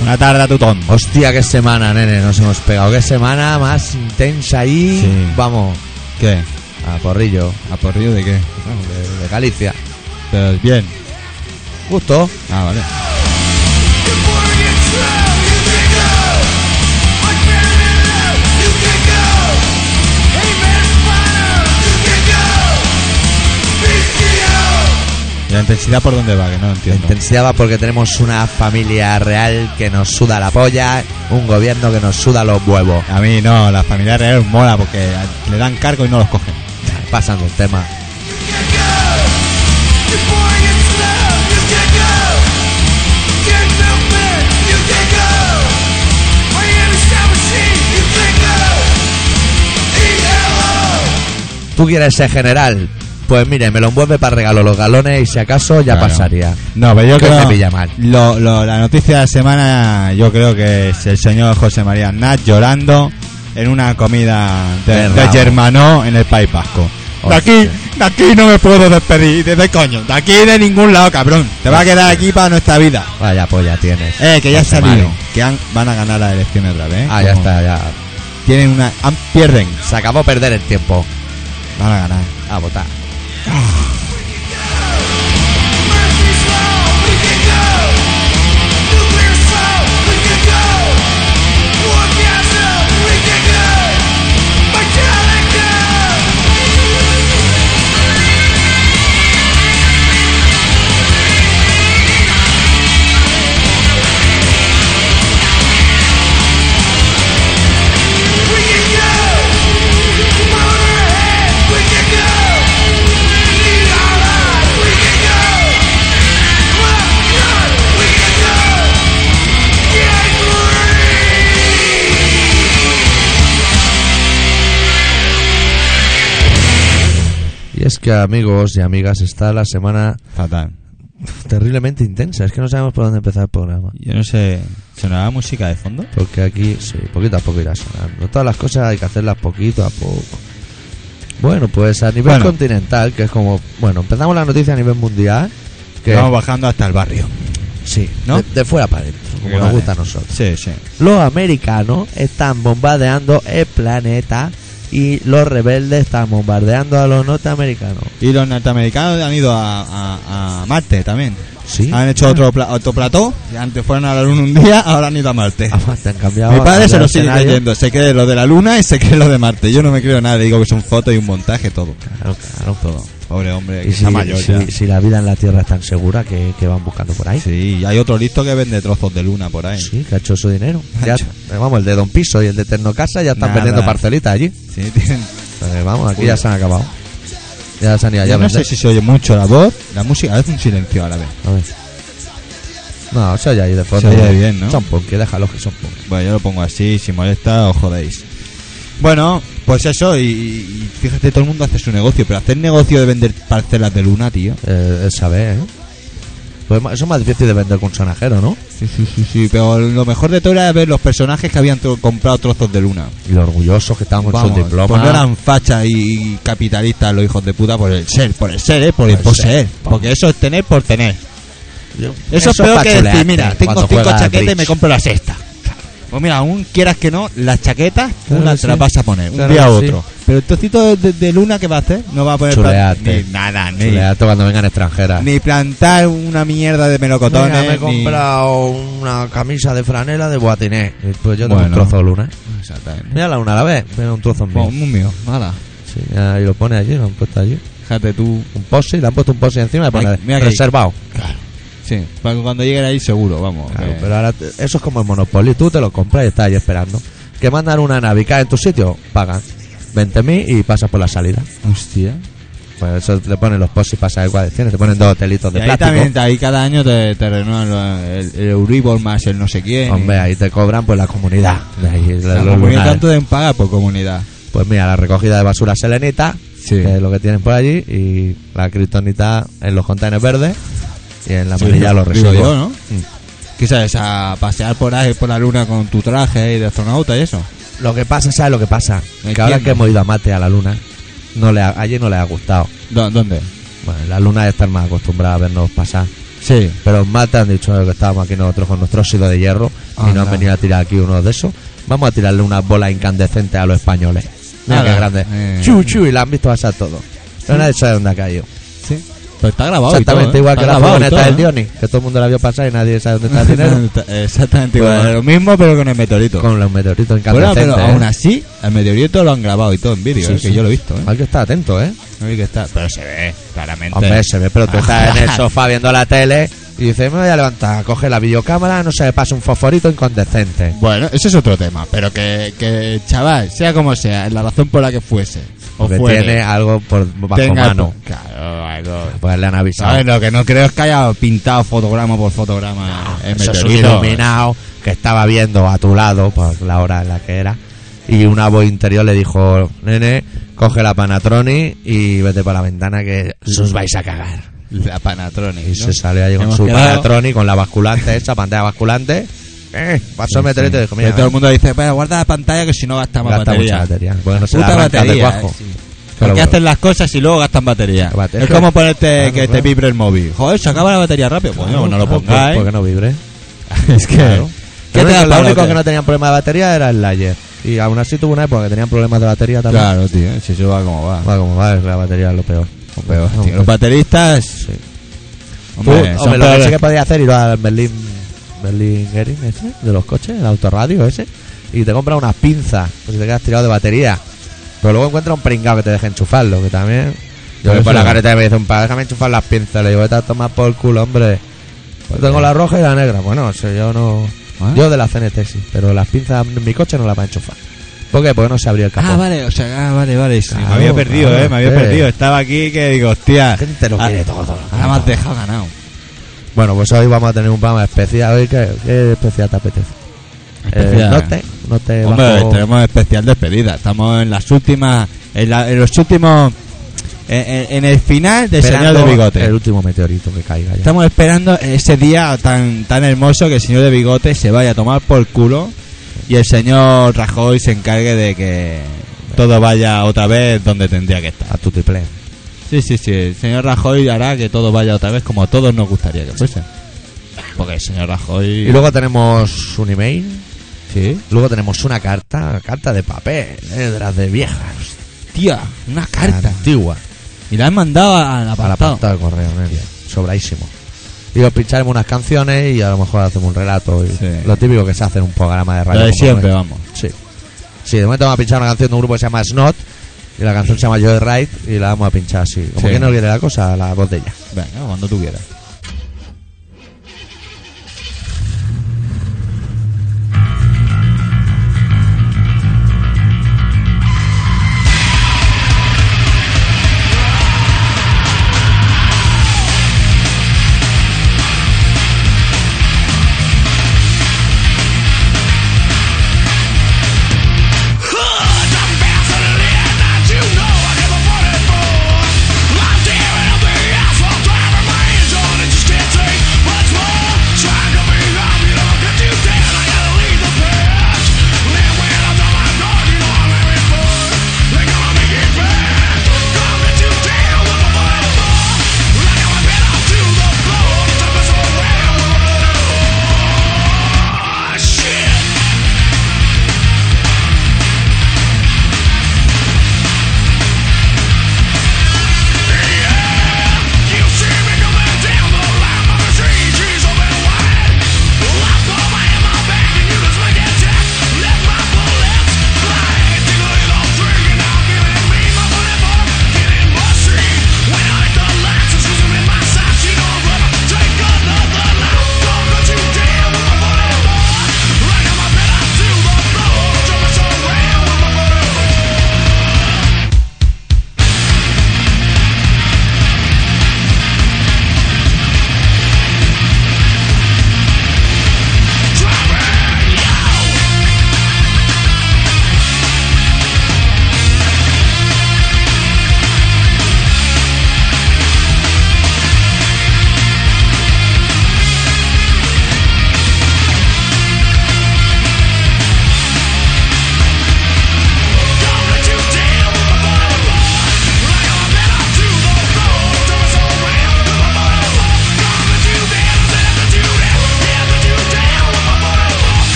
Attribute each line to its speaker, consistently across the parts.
Speaker 1: Una tarda tutón.
Speaker 2: Hostia, qué semana, nene, nos hemos pegado. Qué semana más intensa y...
Speaker 1: Sí.
Speaker 2: Vamos,
Speaker 1: ¿Qué?
Speaker 2: a porrillo,
Speaker 1: ¿A por río de qué?
Speaker 2: vamos, de, de Galicia.
Speaker 1: Pues bien.
Speaker 2: Gusto.
Speaker 1: Ah, vale. ¿Y la intensidad por dónde va? Que no
Speaker 2: La
Speaker 1: entiendo.
Speaker 2: intensidad va porque tenemos una familia real que nos suda la polla, un gobierno que nos suda los huevos.
Speaker 1: A mí no, la familia real mola porque le dan cargo y no los cogen.
Speaker 2: Pasan del tema. ¿Tú quieres ser general? Pues mire, me lo envuelve para regalo los galones y si acaso ya
Speaker 1: Claro.
Speaker 2: pasaría.
Speaker 1: No, pero yo
Speaker 2: Que
Speaker 1: creo
Speaker 2: me pilla mal.
Speaker 1: Lo, lo- la noticia de la semana yo creo que es el señor José María Nat llorando en una comida de,
Speaker 2: De
Speaker 1: de
Speaker 2: rabo.
Speaker 1: Germanó en el País Vasco. De
Speaker 2: Hostia.
Speaker 1: aquí, de aquí no me puedo despedir, de, de coño, de aquí de ningún lado, cabrón. Te va a quedar aquí para nuestra vida.
Speaker 2: Vaya polla tienes.
Speaker 1: Eh, que ya ha
Speaker 2: José
Speaker 1: salido,
Speaker 2: Mari.
Speaker 1: que han- van a ganar las elecciones otra vez. ¿eh?
Speaker 2: Ah, ya
Speaker 1: Como
Speaker 2: está, ya.
Speaker 1: Tienen una, han- pierden,
Speaker 2: Se acabó perder el tiempo.
Speaker 1: van a ganar.
Speaker 2: A votar. Y es que, amigos y amigas, está la semana
Speaker 1: Fatal.
Speaker 2: terriblemente intensa. Es que no sabemos por dónde empezar el programa.
Speaker 1: Yo no sé, ¿sonará música de fondo?
Speaker 2: Porque aquí, sí, poquito a poco irá sonando. Todas las cosas hay que hacerlas poquito a poco. Bueno, pues a nivel
Speaker 1: Bueno.
Speaker 2: continental, que es como. Bueno, empezamos la noticia a nivel mundial. Que,
Speaker 1: Vamos bajando hasta el barrio.
Speaker 2: sí,
Speaker 1: ¿no?
Speaker 2: De, de fuera para adentro, como nos
Speaker 1: Vale.
Speaker 2: gusta a nosotros.
Speaker 1: Sí, sí.
Speaker 2: Los americanos están bombardeando el planeta y los rebeldes están bombardeando a los norteamericanos.
Speaker 1: Y los norteamericanos han ido a, a- a Marte también.
Speaker 2: Sí.
Speaker 1: Han hecho otro, pla- otro plató. que Antes fueron a la Luna un día, ahora han ido a Marte.
Speaker 2: Además, te han cambiado.
Speaker 1: Mi padre
Speaker 2: han
Speaker 1: se
Speaker 2: cambiado
Speaker 1: lo sigue
Speaker 2: escenario.
Speaker 1: creyendo. Se cree lo de la Luna y se cree lo de Marte. Yo no me creo nada. Digo que son fotos y un montaje, todo.
Speaker 2: Claro, claro.
Speaker 1: Todo. Pobre hombre, que
Speaker 2: Y
Speaker 1: está
Speaker 2: si,
Speaker 1: mayor
Speaker 2: si-
Speaker 1: ya.
Speaker 2: si la vida en la Tierra es tan segura que, que van buscando por ahí.
Speaker 1: Sí, y hay otro listo que vende trozos de luna por ahí.
Speaker 2: Sí, que ha hecho su dinero.
Speaker 1: Ha
Speaker 2: Ya,
Speaker 1: hecho.
Speaker 2: eh, vamos, el de Don Piso y el de Ternocasa ya están
Speaker 1: Nada.
Speaker 2: vendiendo parcelitas allí.
Speaker 1: Sí, tienen-
Speaker 2: Eh, vamos, aquí ya se han acabado. Ya se han ido allá
Speaker 1: Yo
Speaker 2: a
Speaker 1: no
Speaker 2: vender.
Speaker 1: sé si se oye mucho la voz, la música. Hace un silencio a la vez.
Speaker 2: A ver. No, se oye ahí de fondo.
Speaker 1: Se oye bien, ¿no?
Speaker 2: Son punk, déjalos que son punk.
Speaker 1: Bueno, yo lo pongo así, si molesta os jodéis. Bueno, pues eso, y, y fíjate, todo el mundo hace su negocio, pero hacer negocio de vender parcelas de luna, tío.
Speaker 2: Eh, es saber, ¿eh? Pues ma- eso es más difícil de vender con un sonajero, ¿no?
Speaker 1: Sí, sí, sí, sí, pero lo mejor de todo era ver los personajes que habían tro- comprado trozos de luna.
Speaker 2: Y lo orgullosos que estaban con
Speaker 1: Vamos,
Speaker 2: sus diplomas.
Speaker 1: pues no eran fachas y, y capitalistas los hijos de puta por el ser, por el ser, ¿eh? por el
Speaker 2: Por el ser,
Speaker 1: poseer.
Speaker 2: vamos.
Speaker 1: porque eso es tener por tener.
Speaker 2: Yo-
Speaker 1: Eso, es peor
Speaker 2: pa'
Speaker 1: que decir,
Speaker 2: chulearte
Speaker 1: mira, tengo
Speaker 2: cuando
Speaker 1: cinco
Speaker 2: juegas al
Speaker 1: chaquetas y
Speaker 2: bridge.
Speaker 1: me compro la sexta. Pues mira, aún quieras que no, las chaquetas
Speaker 2: Claro
Speaker 1: una
Speaker 2: que
Speaker 1: te las
Speaker 2: sí.
Speaker 1: vas a poner, un
Speaker 2: Claro
Speaker 1: día a
Speaker 2: que
Speaker 1: otro. Pero el trocito de, de luna que va a hacer, no va a poner plan-
Speaker 2: Chulearte.
Speaker 1: ni nada, ni,
Speaker 2: Chulearte cuando vengan extranjeras.
Speaker 1: ni plantar una mierda de melocotones.
Speaker 2: Mira, me he
Speaker 1: ni-
Speaker 2: comprado una camisa de franela de Boatiné. Y Pues yo tengo
Speaker 1: Bueno.
Speaker 2: un trozo de luna.
Speaker 1: Exactamente.
Speaker 2: Mira la luna a la vez, pero un trozo mío.
Speaker 1: Bueno, Pues, un mío, mala.
Speaker 2: Sí, ahí lo pone allí, lo han puesto allí.
Speaker 1: Fíjate tú.
Speaker 2: Un posi, le han puesto un posi encima y le pone
Speaker 1: Mira- mira que-
Speaker 2: reservado.
Speaker 1: Sí, para que cuando lleguen ahí seguro, vamos.
Speaker 2: Claro,
Speaker 1: que-
Speaker 2: pero ahora te- eso es como el Monopoly. Tú te lo compras y estás ahí esperando. Que mandan una navica en tu sitio, pagan 20.000 y pasas por la salida.
Speaker 1: Hostia.
Speaker 2: Pues eso le ponen los posis para saber cuáles tienes. Te ponen dos hotelitos
Speaker 1: Y
Speaker 2: de
Speaker 1: ahí
Speaker 2: plástico.
Speaker 1: también, ahí cada año te, te renuevan lo- el, el Euribor más el no sé quién.
Speaker 2: Hombre, ahí te cobran pues la comunidad. De ahí, de
Speaker 1: La
Speaker 2: los
Speaker 1: comunidad
Speaker 2: lunares.
Speaker 1: tanto de pagar por comunidad.
Speaker 2: Pues mira, la recogida de basura selenita,
Speaker 1: Sí.
Speaker 2: que es lo que tienen por allí, y la kriptonita en los containers verdes y en la
Speaker 1: Sí,
Speaker 2: amarilla los
Speaker 1: digo
Speaker 2: residuos.
Speaker 1: yo, ¿no?
Speaker 2: Mm.
Speaker 1: ¿Qué sabes? A pasear por ahí, por la luna con tu traje de astronauta y eso.
Speaker 2: Lo que pasa, ¿sabes lo que pasa?
Speaker 1: Me
Speaker 2: que ahora
Speaker 1: entiendo.
Speaker 2: que hemos ido a Mate a la luna, no le ha- allí no le ha gustado.
Speaker 1: ¿Dó- ¿Dónde?
Speaker 2: Bueno, la luna está más acostumbrada a vernos pasar.
Speaker 1: Sí.
Speaker 2: Pero en Mate han dicho que estábamos aquí nosotros con nuestro óxido de hierro, y no
Speaker 1: Anda.
Speaker 2: han venido a tirar aquí uno de esos. Vamos a tirarle unas bolas incandescentes a los españoles. Mira
Speaker 1: Ala,
Speaker 2: qué grande.
Speaker 1: eh.
Speaker 2: Chu, chu, y la han visto pasar todo. Pero nadie sabe dónde ha caído.
Speaker 1: Sí. Pero está grabado.
Speaker 2: Exactamente
Speaker 1: y todo, ¿eh?
Speaker 2: igual que
Speaker 1: Está
Speaker 2: la
Speaker 1: grabado y
Speaker 2: furgoneta
Speaker 1: todo,
Speaker 2: del
Speaker 1: ¿eh?
Speaker 2: Dioni, que todo el mundo la vio pasar y nadie sabe dónde está el dinero.
Speaker 1: Exactamente igual.
Speaker 2: Bueno.
Speaker 1: Lo mismo, pero con el meteorito.
Speaker 2: Con los meteoritos
Speaker 1: Bueno,
Speaker 2: incandescentes.
Speaker 1: pero
Speaker 2: ¿eh?
Speaker 1: aún así, el meteorito lo han grabado y todo en vídeo,
Speaker 2: Sí,
Speaker 1: eh, que
Speaker 2: sí.
Speaker 1: yo lo he visto, ¿eh?
Speaker 2: Hay que estar atento, ¿eh?
Speaker 1: No vi que está. Pero se ve, claramente.
Speaker 2: Hombre, se ve, pero tú estás en el sofá viendo la tele y dices, me voy a levantar, coge la videocámara, no se le pasa un fosforito incandescente.
Speaker 1: Bueno, ese es otro tema, pero que, que, chaval, sea como sea, la razón por la que fuese, o
Speaker 2: Porque
Speaker 1: fuere,
Speaker 2: tiene algo por bajo
Speaker 1: tenga-
Speaker 2: mano.
Speaker 1: Claro, algo.
Speaker 2: Pues le han avisado.
Speaker 1: ¿Sabes? Lo que no creo es que haya pintado fotograma por fotograma el
Speaker 2: Eso es un
Speaker 1: meteorito.
Speaker 2: iluminado que estaba viendo a tu lado por la hora en la que era. Y una voz interior le dijo, nene, coge la Panatroni y vete para la ventana que os vais a cagar.
Speaker 1: La Panatronic.
Speaker 2: Y
Speaker 1: Mm. ¿no?
Speaker 2: se salió allí con
Speaker 1: Hemos
Speaker 2: su
Speaker 1: quedado-
Speaker 2: Panatroni, con la basculante esa, pantalla basculante. Eh, pasó el meteorito y dijo,
Speaker 1: Que
Speaker 2: mira,
Speaker 1: todo el mundo dice, "Pero guarda la pantalla que si no gastamos
Speaker 2: gasta
Speaker 1: batería.
Speaker 2: mucha batería. Bueno, se la
Speaker 1: Puta
Speaker 2: arrancas de
Speaker 1: batería.
Speaker 2: cuajo.
Speaker 1: eh, sí.
Speaker 2: Pero
Speaker 1: Porque
Speaker 2: bueno.
Speaker 1: hacen las cosas y luego gastan batería.
Speaker 2: La batería.
Speaker 1: Es como ponerte
Speaker 2: Claro,
Speaker 1: que te
Speaker 2: claro.
Speaker 1: vibre el móvil. Joder, se acaba la batería rápido. Coño, pues no lo
Speaker 2: Ah, pues,
Speaker 1: pongáis.
Speaker 2: Porque no vibre.
Speaker 1: es que.
Speaker 2: Claro.
Speaker 1: ¿Qué
Speaker 2: Lo
Speaker 1: te da
Speaker 2: único, lo
Speaker 1: palo,
Speaker 2: único
Speaker 1: tío?
Speaker 2: que no tenían problema de batería era el layer. Y aún así tuvo una época que tenían problemas de batería también.
Speaker 1: Claro, tío. Si eso va como va.
Speaker 2: Va, como va, la batería es lo peor.
Speaker 1: Lo peor,
Speaker 2: No,
Speaker 1: tío. Los bateristas.
Speaker 2: Tú,
Speaker 1: Hombre, son
Speaker 2: hombre, lo que
Speaker 1: peores.
Speaker 2: sí que podías hacer ir al Berlín Berlín Gering ese, de los coches, el autorradio ese, y te compras unas pinzas, pues si te quedas tirado de batería. Pero luego encuentras un pringado que te deje enchufarlo, que también. Yo
Speaker 1: Por
Speaker 2: voy por
Speaker 1: eso.
Speaker 2: la carretera y me dice un par, déjame enchufar las pinzas, le digo, vete a tomar por culo, hombre. Yo tengo la roja y la negra. Bueno, eso yo no.
Speaker 1: ¿Ah?
Speaker 2: Yo de la CNT sí, pero las pinzas en mi coche no las va a enchufar. ¿Por qué? Porque no se abría el capó.
Speaker 1: Ah, vale, o sea, ah, vale, vale. sí, me
Speaker 2: Claro,
Speaker 1: había perdido,
Speaker 2: claro,
Speaker 1: eh. Me había
Speaker 2: sí.
Speaker 1: perdido. Estaba aquí que digo, hostia.
Speaker 2: La gente lo
Speaker 1: ah,
Speaker 2: quiere todo. lo
Speaker 1: Ahora
Speaker 2: quiere
Speaker 1: me has
Speaker 2: todo.
Speaker 1: dejado ganado.
Speaker 2: Eh, Bueno, pues hoy vamos a tener un programa especial. Hoy, ¿qué, qué especial te apetece? Eh,
Speaker 1: Especial.
Speaker 2: no te, no te
Speaker 1: Hombre,
Speaker 2: bajo-
Speaker 1: tenemos especial despedida. Estamos en las últimas. En, la- en los últimos. En, en- en el final de Señor
Speaker 2: esperando
Speaker 1: de Bigote.
Speaker 2: El último meteorito que caiga ya.
Speaker 1: Estamos esperando ese día tan, tan hermoso que el señor de bigote se vaya a tomar por culo y el señor Rajoy se encargue de que todo vaya otra vez donde tendría que estar.
Speaker 2: A tu triple.
Speaker 1: Sí, sí, sí. El señor Rajoy hará que todo vaya otra vez como a todos nos gustaría que fuese. Porque el señor Rajoy...
Speaker 2: Y luego tenemos un email.
Speaker 1: Sí.
Speaker 2: Luego tenemos una carta, carta de papel, eh, de las de viejas,
Speaker 1: Tía, una carta.
Speaker 2: antigua,
Speaker 1: Ah, Y la han mandado al
Speaker 2: para la
Speaker 1: apartado.
Speaker 2: pasta de correo, nene. sobradísimo. Y os pincharemos unas canciones y a lo mejor hacemos un relato. y
Speaker 1: Sí.
Speaker 2: Lo típico que se hace en un programa de radio.
Speaker 1: Lo de
Speaker 2: como
Speaker 1: siempre,
Speaker 2: este.
Speaker 1: vamos.
Speaker 2: Sí. Sí, de momento vamos a pinchar una canción de un grupo que se llama Snot. Y la canción se llama Joy Ride. Y la vamos a pinchar así. Como
Speaker 1: Sí.
Speaker 2: que no quiere la cosa, la voz de ella.
Speaker 1: Venga, cuando tú quieras.
Speaker 3: I'm tearing up the asphalt, driving my engine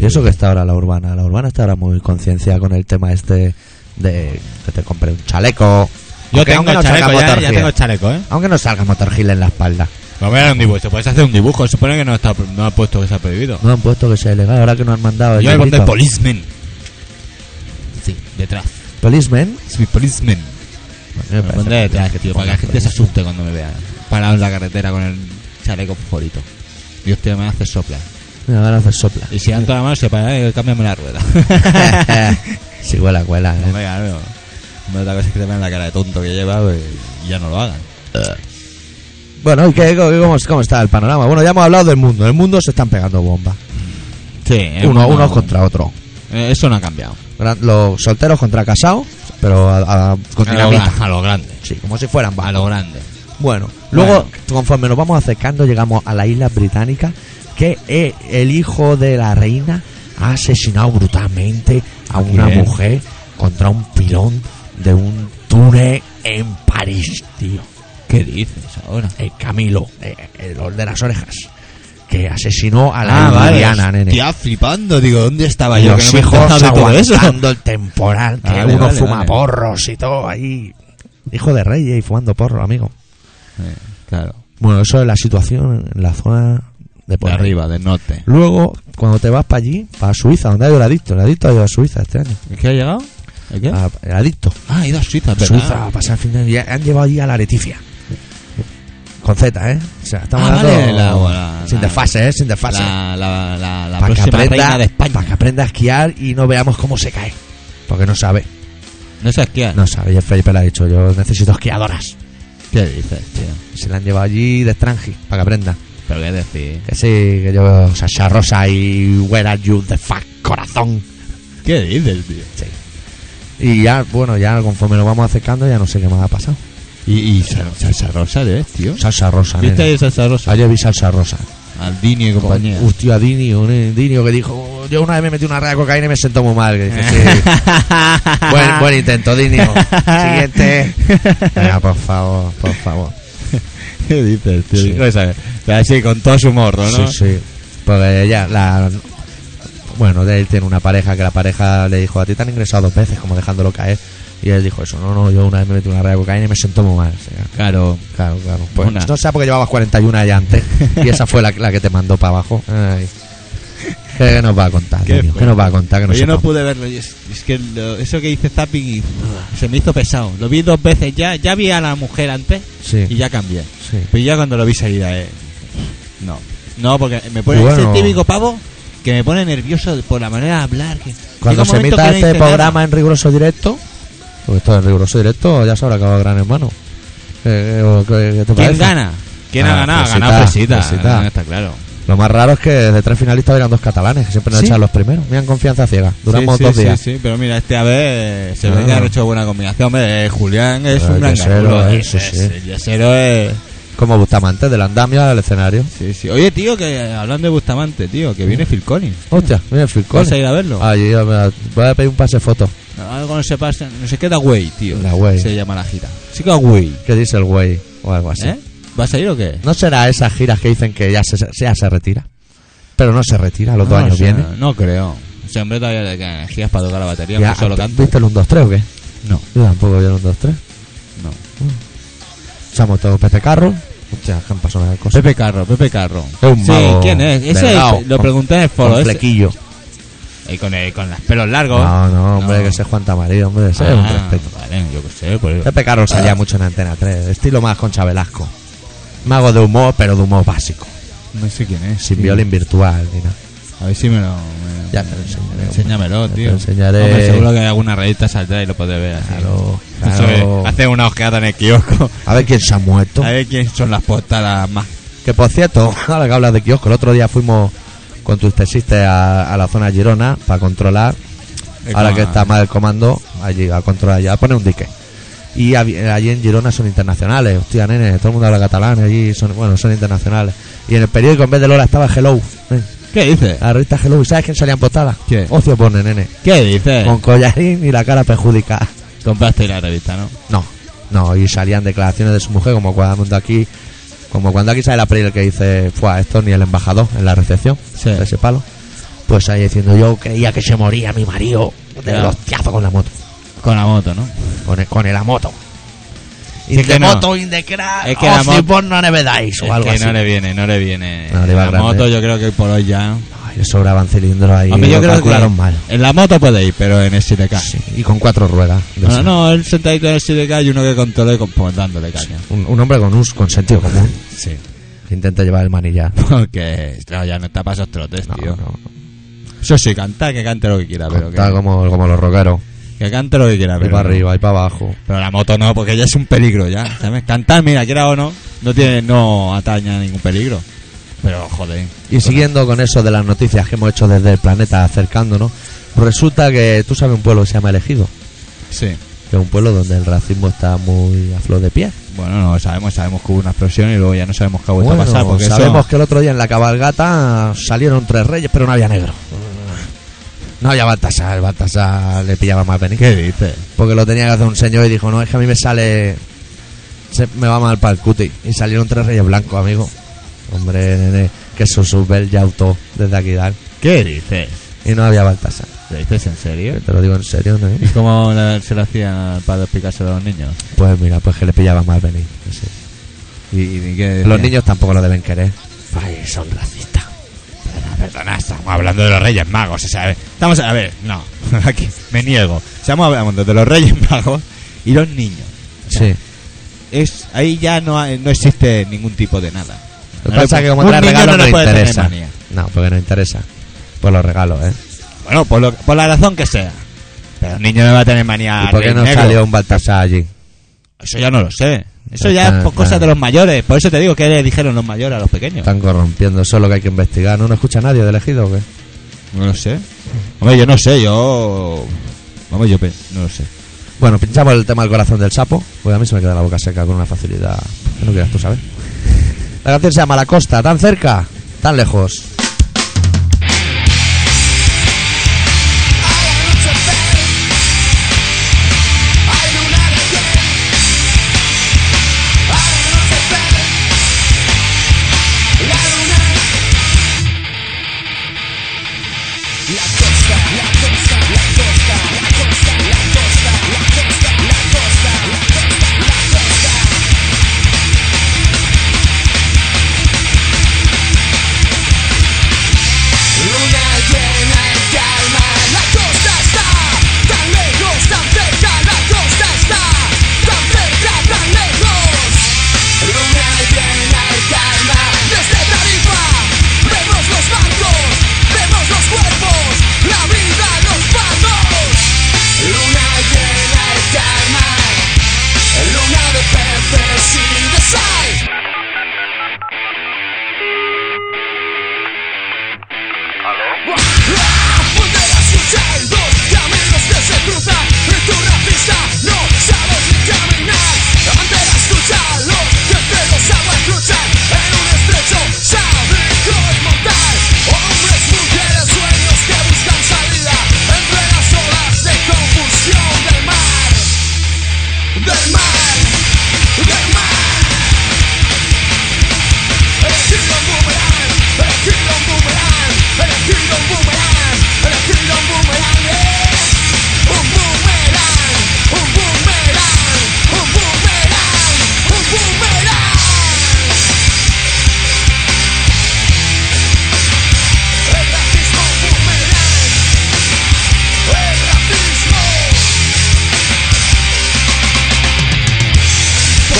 Speaker 2: eso que está ahora la urbana. La urbana está ahora muy concienciada con el tema este de que te compre un chaleco.
Speaker 1: Yo
Speaker 2: Aunque-
Speaker 1: tengo
Speaker 2: aunque no salga
Speaker 1: chaleco, ya,
Speaker 2: Motor
Speaker 1: ya
Speaker 2: Hill.
Speaker 1: tengo chaleco, ¿eh?
Speaker 2: Aunque no salga Motor Hill en la espalda.
Speaker 1: Vamos a ver un dibujo. Puedes hacer un dibujo. Supone que no, está, no ha puesto que se ha prohibido.
Speaker 2: No han puesto que sea ilegal, ahora que no han mandado el
Speaker 1: Yo me pondré
Speaker 2: librito.
Speaker 1: policeman. Sí, detrás.
Speaker 2: Policeman.
Speaker 1: Soy policeman.
Speaker 2: Me
Speaker 1: Me
Speaker 2: parece
Speaker 1: pondré
Speaker 2: bien
Speaker 1: detrás,
Speaker 2: que te
Speaker 1: tío, para que la
Speaker 2: pongas
Speaker 1: gente se
Speaker 2: policeman.
Speaker 1: asuste cuando me vea. Parado en la carretera con el chaleco favorito. Dios te me hace sopla.
Speaker 2: Mira, ahora hace sopla.
Speaker 1: Y si dan toda la mano, se para y cámbiame la rueda.
Speaker 2: sí, huela, huela.
Speaker 1: no,
Speaker 2: eh.
Speaker 1: venga, no. No, Otra cosa es que te vean la cara de tonto que lleva pues, y ya no lo hagan.
Speaker 2: Bueno, ¿y qué, cómo, cómo está el panorama? Bueno, ya hemos hablado del mundo. El mundo se están pegando bombas.
Speaker 1: Sí,
Speaker 2: Uno, unos contra otro.
Speaker 1: Eh, Eso no ha cambiado.
Speaker 2: Gran- Los solteros contra casados, pero a, a- con
Speaker 1: A lo,
Speaker 2: dinamita.
Speaker 1: gran- a lo grande.
Speaker 2: Sí, como si fueran
Speaker 1: A
Speaker 2: balas.
Speaker 1: lo grande.
Speaker 2: Bueno, luego,
Speaker 1: Bueno.
Speaker 2: conforme nos vamos acercando, llegamos a la isla británica, que eh, el hijo de la reina ha asesinado brutalmente a una
Speaker 1: quién?
Speaker 2: mujer contra un pilón de un túnel en París, tío.
Speaker 1: ¿Qué dices ahora?
Speaker 2: El Camilo, eh, el olor de las orejas, que asesinó a la
Speaker 1: Ah, vale.
Speaker 2: Liliana, nene.
Speaker 1: Hostia, flipando. Digo, ¿dónde estaba
Speaker 2: Y
Speaker 1: yo?
Speaker 2: los
Speaker 1: que no me he
Speaker 2: hijos
Speaker 1: enterado de todo eso.
Speaker 2: aguantando el temporal, que
Speaker 1: Vale,
Speaker 2: uno
Speaker 1: vale,
Speaker 2: fuma
Speaker 1: vale.
Speaker 2: porros y todo ahí. Hijo de rey y fumando porro, amigo.
Speaker 1: Eh, claro.
Speaker 2: Bueno, eso es la situación en la zona de por
Speaker 1: de
Speaker 2: ahí.
Speaker 1: arriba, del norte.
Speaker 2: Luego, cuando te vas para allí, para Suiza, donde ha ido el adicto, el adicto ha ido a Suiza este año.
Speaker 1: ¿Qué ha llegado? ¿El qué? Ah,
Speaker 2: A- el adicto.
Speaker 1: ha ido a Suiza, es ¿verdad?
Speaker 2: Suiza, a pasar el fin de año. y Han llevado allí a la Leticia. Con Z, ¿eh? O sea, estamos
Speaker 1: Ah,
Speaker 2: hablando-
Speaker 1: vale, la- la-
Speaker 2: sin
Speaker 1: la-
Speaker 2: desfase, ¿eh? Sin desfase.
Speaker 1: La, la, la, la
Speaker 2: para que,
Speaker 1: próxima
Speaker 2: aprenda,
Speaker 1: reina de España.
Speaker 2: para que aprenda a esquiar y no veamos cómo se cae. Porque no sabe.
Speaker 1: No sé qué.
Speaker 2: No sabe. Y el Felipe le ha dicho, yo necesito esquiadoras.
Speaker 1: ¿Qué dices, tío?
Speaker 2: Se la han llevado allí de estranji, para que aprenda.
Speaker 1: Pero qué decir.
Speaker 2: Que sí, que yo veo Sasha Rosa y Where Are You the Fuck, corazón.
Speaker 1: ¿Qué dices, tío?
Speaker 2: Sí. Y ya, bueno, ya conforme nos vamos acercando, ya no sé qué más ha pasado.
Speaker 1: Y, y sal- salsa rosa, ¿eh, tío?
Speaker 2: Salsa rosa,
Speaker 1: ¿Viste
Speaker 2: nene.
Speaker 1: ahí salsa rosa?
Speaker 2: Ayer vi salsa rosa.
Speaker 1: Aldini y compañía.
Speaker 2: Con- Hostia, Dinio, nene, Dinio que dijo: Yo una vez me metí una rea de cocaína y me sentó muy mal. Que dije, sí. buen, buen intento, Dinio. Siguiente. Venga, por favor, por favor.
Speaker 1: ¿Qué dices, tío?
Speaker 2: Sí.
Speaker 1: No lo sabes. Pero así, con todo su morro, ¿no?
Speaker 2: Sí, sí. Porque ella, la. Bueno, él tiene una pareja que la pareja le dijo: A ti te han ingresado dos veces, como dejándolo caer. Y él dijo: Eso, no, no, yo una vez me metí una rea de cocaína y me sentó muy mal. O sea,
Speaker 1: Claro.
Speaker 2: Claro, claro. Pues
Speaker 1: Una.
Speaker 2: no sea porque llevabas 41 allá antes y esa fue la, la que te mandó para abajo. Ay. ¿Qué nos va a contar,
Speaker 1: Qué
Speaker 2: niño? ¿Qué
Speaker 1: fuerte.
Speaker 2: nos va a contar? Que no
Speaker 1: Pero yo no
Speaker 2: sepamos?
Speaker 1: pude verlo. yo- es, que lo- eso que hice zapping y- se me hizo pesado. Lo vi dos veces ya. Ya vi a la mujer antes y
Speaker 2: Sí,
Speaker 1: ya cambié.
Speaker 2: sí.
Speaker 1: Pero ya cuando lo vi salida, eh, no. No, porque me pone
Speaker 2: Y bueno.
Speaker 1: ese típico pavo que me pone nervioso por la manera de hablar. Que llega
Speaker 2: Cuando
Speaker 1: un
Speaker 2: se
Speaker 1: momento
Speaker 2: emita
Speaker 1: que no
Speaker 2: este
Speaker 1: dice
Speaker 2: programa en riguroso directo, porque esto en riguroso directo ya se habrá acabado Gran Hermano. Eh, eh, o ¿Qué, qué te
Speaker 1: nada. ¿Quién
Speaker 2: parece?
Speaker 1: gana? ¿Quién
Speaker 2: Ah,
Speaker 1: ha ganado?
Speaker 2: Fresita,
Speaker 1: Ha ganado Fresita.
Speaker 2: Fresita.
Speaker 1: Está claro.
Speaker 2: Lo más raro es que de tres finalistas eran dos catalanes, que siempre nos
Speaker 1: ¿Sí?
Speaker 2: echan los primeros. Miran confianza ciega. Duramos
Speaker 1: Sí, sí,
Speaker 2: dos días.
Speaker 1: Sí, sí, pero mira, este a ver eh, se
Speaker 2: Ah.
Speaker 1: ve que ha hecho buena combinación. Hombre, eh, Julián es
Speaker 2: Ah,
Speaker 1: un
Speaker 2: el
Speaker 1: gran
Speaker 2: yesero,
Speaker 1: ganador,
Speaker 2: eh,
Speaker 1: eh,
Speaker 2: sí,
Speaker 1: es-
Speaker 2: sí.
Speaker 1: El yesero es...
Speaker 2: Como Bustamante, del andamio al escenario.
Speaker 1: Sí, sí. Oye, tío, que eh, hablando de Bustamante, tío, que viene Phil Collins.
Speaker 2: Hostia, mira el Phil
Speaker 1: ¿Vas a
Speaker 2: Collins.
Speaker 1: ir a verlo?
Speaker 2: Allí, a ver, voy a pedir un pase foto.
Speaker 1: Algo no se pasa, no se queda güey, tío.
Speaker 2: La güey.
Speaker 1: Se llama la gira. Se queda güey.
Speaker 2: ¿Qué dice el güey? O algo así.
Speaker 1: ¿Eh? ¿Vas a ir o qué?
Speaker 2: ¿No será esas giras que dicen que ya se, se- ya se retira? Pero no se retira, a los dos
Speaker 1: No,
Speaker 2: años
Speaker 1: o sea,
Speaker 2: viene.
Speaker 1: No creo. Ese hombre todavía le quedan energías para tocar la batería,
Speaker 2: Ya,
Speaker 1: aunque solo canta.
Speaker 2: ¿Viste el 1-2-3 o qué?
Speaker 1: No,
Speaker 2: Yo tampoco vi el 1-2-3.
Speaker 1: no.
Speaker 2: Somos todos Pepe Carro. Muchas que han pasado varias cosas.
Speaker 1: Pepe Carro, Pepe Carro.
Speaker 2: Es un
Speaker 1: sí,
Speaker 2: mago
Speaker 1: ¿quién es? Ese
Speaker 2: delgado,
Speaker 1: lo
Speaker 2: con-
Speaker 1: pregunté en el foro.
Speaker 2: Con
Speaker 1: ese-
Speaker 2: flequillo.
Speaker 1: Y con, el- con los pelos largos.
Speaker 2: No, no, hombre,
Speaker 1: No.
Speaker 2: que ese es Juan Tamarillo, hombre, ese es un
Speaker 1: Ah,
Speaker 2: respeto.
Speaker 1: Vale, yo qué sé. Pues,
Speaker 2: Pepe Carro salía mucho en Antena 3, estilo más Concha Velasco. Mago de humor, pero de humor básico.
Speaker 1: no sé quién es.
Speaker 2: Sin
Speaker 1: tío.
Speaker 2: violín virtual ni nada.
Speaker 1: A ver si me lo. me-
Speaker 2: Ya te lo enseñaré,
Speaker 1: Enséñamelo,
Speaker 2: te
Speaker 1: tío.
Speaker 2: lo enseñaré.
Speaker 1: Hombre, seguro que hay alguna revista saldrá y lo podré ver así.
Speaker 2: Claro,
Speaker 1: No
Speaker 2: claro.
Speaker 1: sé, Hace una ojeada en el kiosco.
Speaker 2: A ver quién se ha muerto.
Speaker 1: A ver quién son las portadas más.
Speaker 2: Que por cierto, ahora que hablas de kiosco, el otro día fuimos con tus tesistes a, a la zona Girona para controlar, ahora que está mal el comando, allí a controlar, allí, a poner un dique. Y hab- allí en Girona son internacionales, hostia, nene, todo el mundo habla catalán, allí son, bueno, son internacionales. Y en el periódico en vez de Lola estaba Hello, eh,
Speaker 1: ¿Qué dices?
Speaker 2: la revista Hello, ¿y sabes quién salía en portada?
Speaker 1: ¿Quién? Eh.
Speaker 2: Ocio pone, nene,
Speaker 1: ¿Qué dices?
Speaker 2: con collarín y la cara perjudicada.
Speaker 1: Compraste la revista, ¿no?
Speaker 2: No, no, y salían declaraciones de su mujer, como cuando aquí, como cuando aquí sale la peli que dice, fue esto ni el embajador en la recepción,
Speaker 1: Sí.
Speaker 2: de ese palo. Pues ahí diciendo, yo creía que se moría mi marido de
Speaker 1: Claro.
Speaker 2: los hostiazo con la moto.
Speaker 1: Con la moto, ¿no?
Speaker 2: Con el, con el la moto.
Speaker 1: Sí
Speaker 2: In
Speaker 1: que
Speaker 2: the
Speaker 1: no.
Speaker 2: moto, in the crack,
Speaker 1: Es que la
Speaker 2: of
Speaker 1: moto-
Speaker 2: the born no never dies,
Speaker 1: Es
Speaker 2: o algo
Speaker 1: que
Speaker 2: así.
Speaker 1: no le viene, no le viene.
Speaker 2: No, le va
Speaker 1: la
Speaker 2: grande.
Speaker 1: moto yo creo que por hoy ya.
Speaker 2: Ay, le sobraban cilindros ahí.
Speaker 1: Hombre, yo
Speaker 2: lo
Speaker 1: creo que
Speaker 2: calcularon mal.
Speaker 1: En la moto puede ir, pero en el 7K.
Speaker 2: Sí, Y con cuatro ruedas. de
Speaker 1: No,
Speaker 2: esas.
Speaker 1: no, él sentadito en el 7K y uno que controla y con- pues, dándole caña.
Speaker 2: Un, un hombre con un con sentido común
Speaker 1: Sí.
Speaker 2: que intenta llevar el manillar.
Speaker 1: Porque, claro, ya no está para esos trotes,
Speaker 2: No,
Speaker 1: tío.
Speaker 2: no.
Speaker 1: Eso sí, canta, que cante lo que quiera, pero
Speaker 2: Está
Speaker 1: que,
Speaker 2: como, como los rockeros.
Speaker 1: que cante lo que quiera,
Speaker 2: Ahí
Speaker 1: pero.
Speaker 2: para arriba, ahí para abajo.
Speaker 1: Pero la moto no, porque ya es un peligro ya, ¿sabes? Cantar, mira, quiera o no, no tiene, no ataña a ningún peligro. Pero joder.
Speaker 2: Y siguiendo con eso de las noticias que hemos hecho desde el planeta acercándonos, resulta que tú sabes un pueblo que se llama Elegido,
Speaker 1: Sí.
Speaker 2: que es un pueblo donde el racismo está muy a flor de pie.
Speaker 1: Bueno, no sabemos, sabemos que hubo una explosión y luego ya no sabemos qué ha vuelto
Speaker 2: Bueno,
Speaker 1: a pasar porque eso-
Speaker 2: sabemos que el otro día en la cabalgata salieron tres reyes, pero no había negro. No había Baltasar, Baltasar le pillaba más venir.
Speaker 1: ¿Qué dices?
Speaker 2: Porque lo tenía que hacer un señor y dijo, no, es que a mí me sale... se- me va mal para el cuti. Y salieron tres reyes blancos, amigo. Hombre, nene, que Susubel ya auto desde aquí dar.
Speaker 1: ¿Qué dices?
Speaker 2: Y no había Baltasar.
Speaker 1: ¿Lo dices en serio?
Speaker 2: Te lo digo en serio, ¿no?
Speaker 1: ¿Y cómo la- se lo hacían para explicárselo a los niños?
Speaker 2: Pues mira, pues que le pillaba mal venir. no sé.
Speaker 1: ¿Y, y qué
Speaker 2: Los
Speaker 1: decían?
Speaker 2: niños tampoco lo deben querer. Ay, son racistas.
Speaker 1: Perdona, estamos hablando de los Reyes Magos, o sea, a ver, estamos a ver, no, aquí me niego. Estamos hablando de los Reyes Magos y los niños.
Speaker 2: Sí.
Speaker 1: Es ahí ya no hay- no existe ningún tipo de nada.
Speaker 2: Lo
Speaker 1: No
Speaker 2: que
Speaker 1: le
Speaker 2: pasa es
Speaker 1: pu-
Speaker 2: que como
Speaker 1: un
Speaker 2: trae
Speaker 1: niño
Speaker 2: regalos no,
Speaker 1: le
Speaker 2: le
Speaker 1: puede tener
Speaker 2: interesa.
Speaker 1: manía.
Speaker 2: No, porque no interesa. Por los regalos, ¿eh?
Speaker 1: Bueno, por, lo- por la razón que sea. Pero el niño no va a tener manía.
Speaker 2: ¿Y por
Speaker 1: al
Speaker 2: qué
Speaker 1: rey
Speaker 2: no
Speaker 1: Ah, negro.
Speaker 2: salió un Baltasar allí?
Speaker 1: Eso ya no lo sé. Eso
Speaker 2: Pero
Speaker 1: ya
Speaker 2: está-
Speaker 1: es por cosas
Speaker 2: está-
Speaker 1: de los mayores. Por eso te digo que le dijeron los mayores a los pequeños.
Speaker 2: Están corrompiendo, eso es lo que hay que investigar. ¿No, no escucha nadie de elegido o qué?
Speaker 1: No lo sé. Hombre, yo no sé, yo. Vamos, yo pe- no lo sé.
Speaker 2: Bueno, pinchamos el tema del corazón del sapo, porque a mí se me queda la boca seca con una facilidad que no quieras tú saber. La canción se llama La Costa, tan cerca, tan lejos.
Speaker 3: Hay mucho pez, hay luna de piel, hay mucho pez, la luna, la costa, la costa, la costa, la costa, la costa, la costa, la costa, la costa, la costa. Luna llena y calma, la costa está tan lejos, tan cerca, la costa está tan cerca, tan lejos. Luna llena y calma, desde Tarifa vemos los barcos, vemos los cuerpos, la vida, los pagos. Luna llena y calma, luna de peces y de sal. Banderas y sendos caminos que se cruzan Y tu racista no sabes ni caminar Banderas cruzados que entre los aguas cruzan En un estrecho sabrico inmortal Hombres, mujeres, sueños que buscan salida Entre las olas de confusión del mar Del mar, del mar Elegido un boomerang, elegido un boomerang, elegido un boomerang, elegido un boomerang, eh. Un boomerang, un boomerang, un boomerang, un boomerang. El racismo boomerang, el racismo.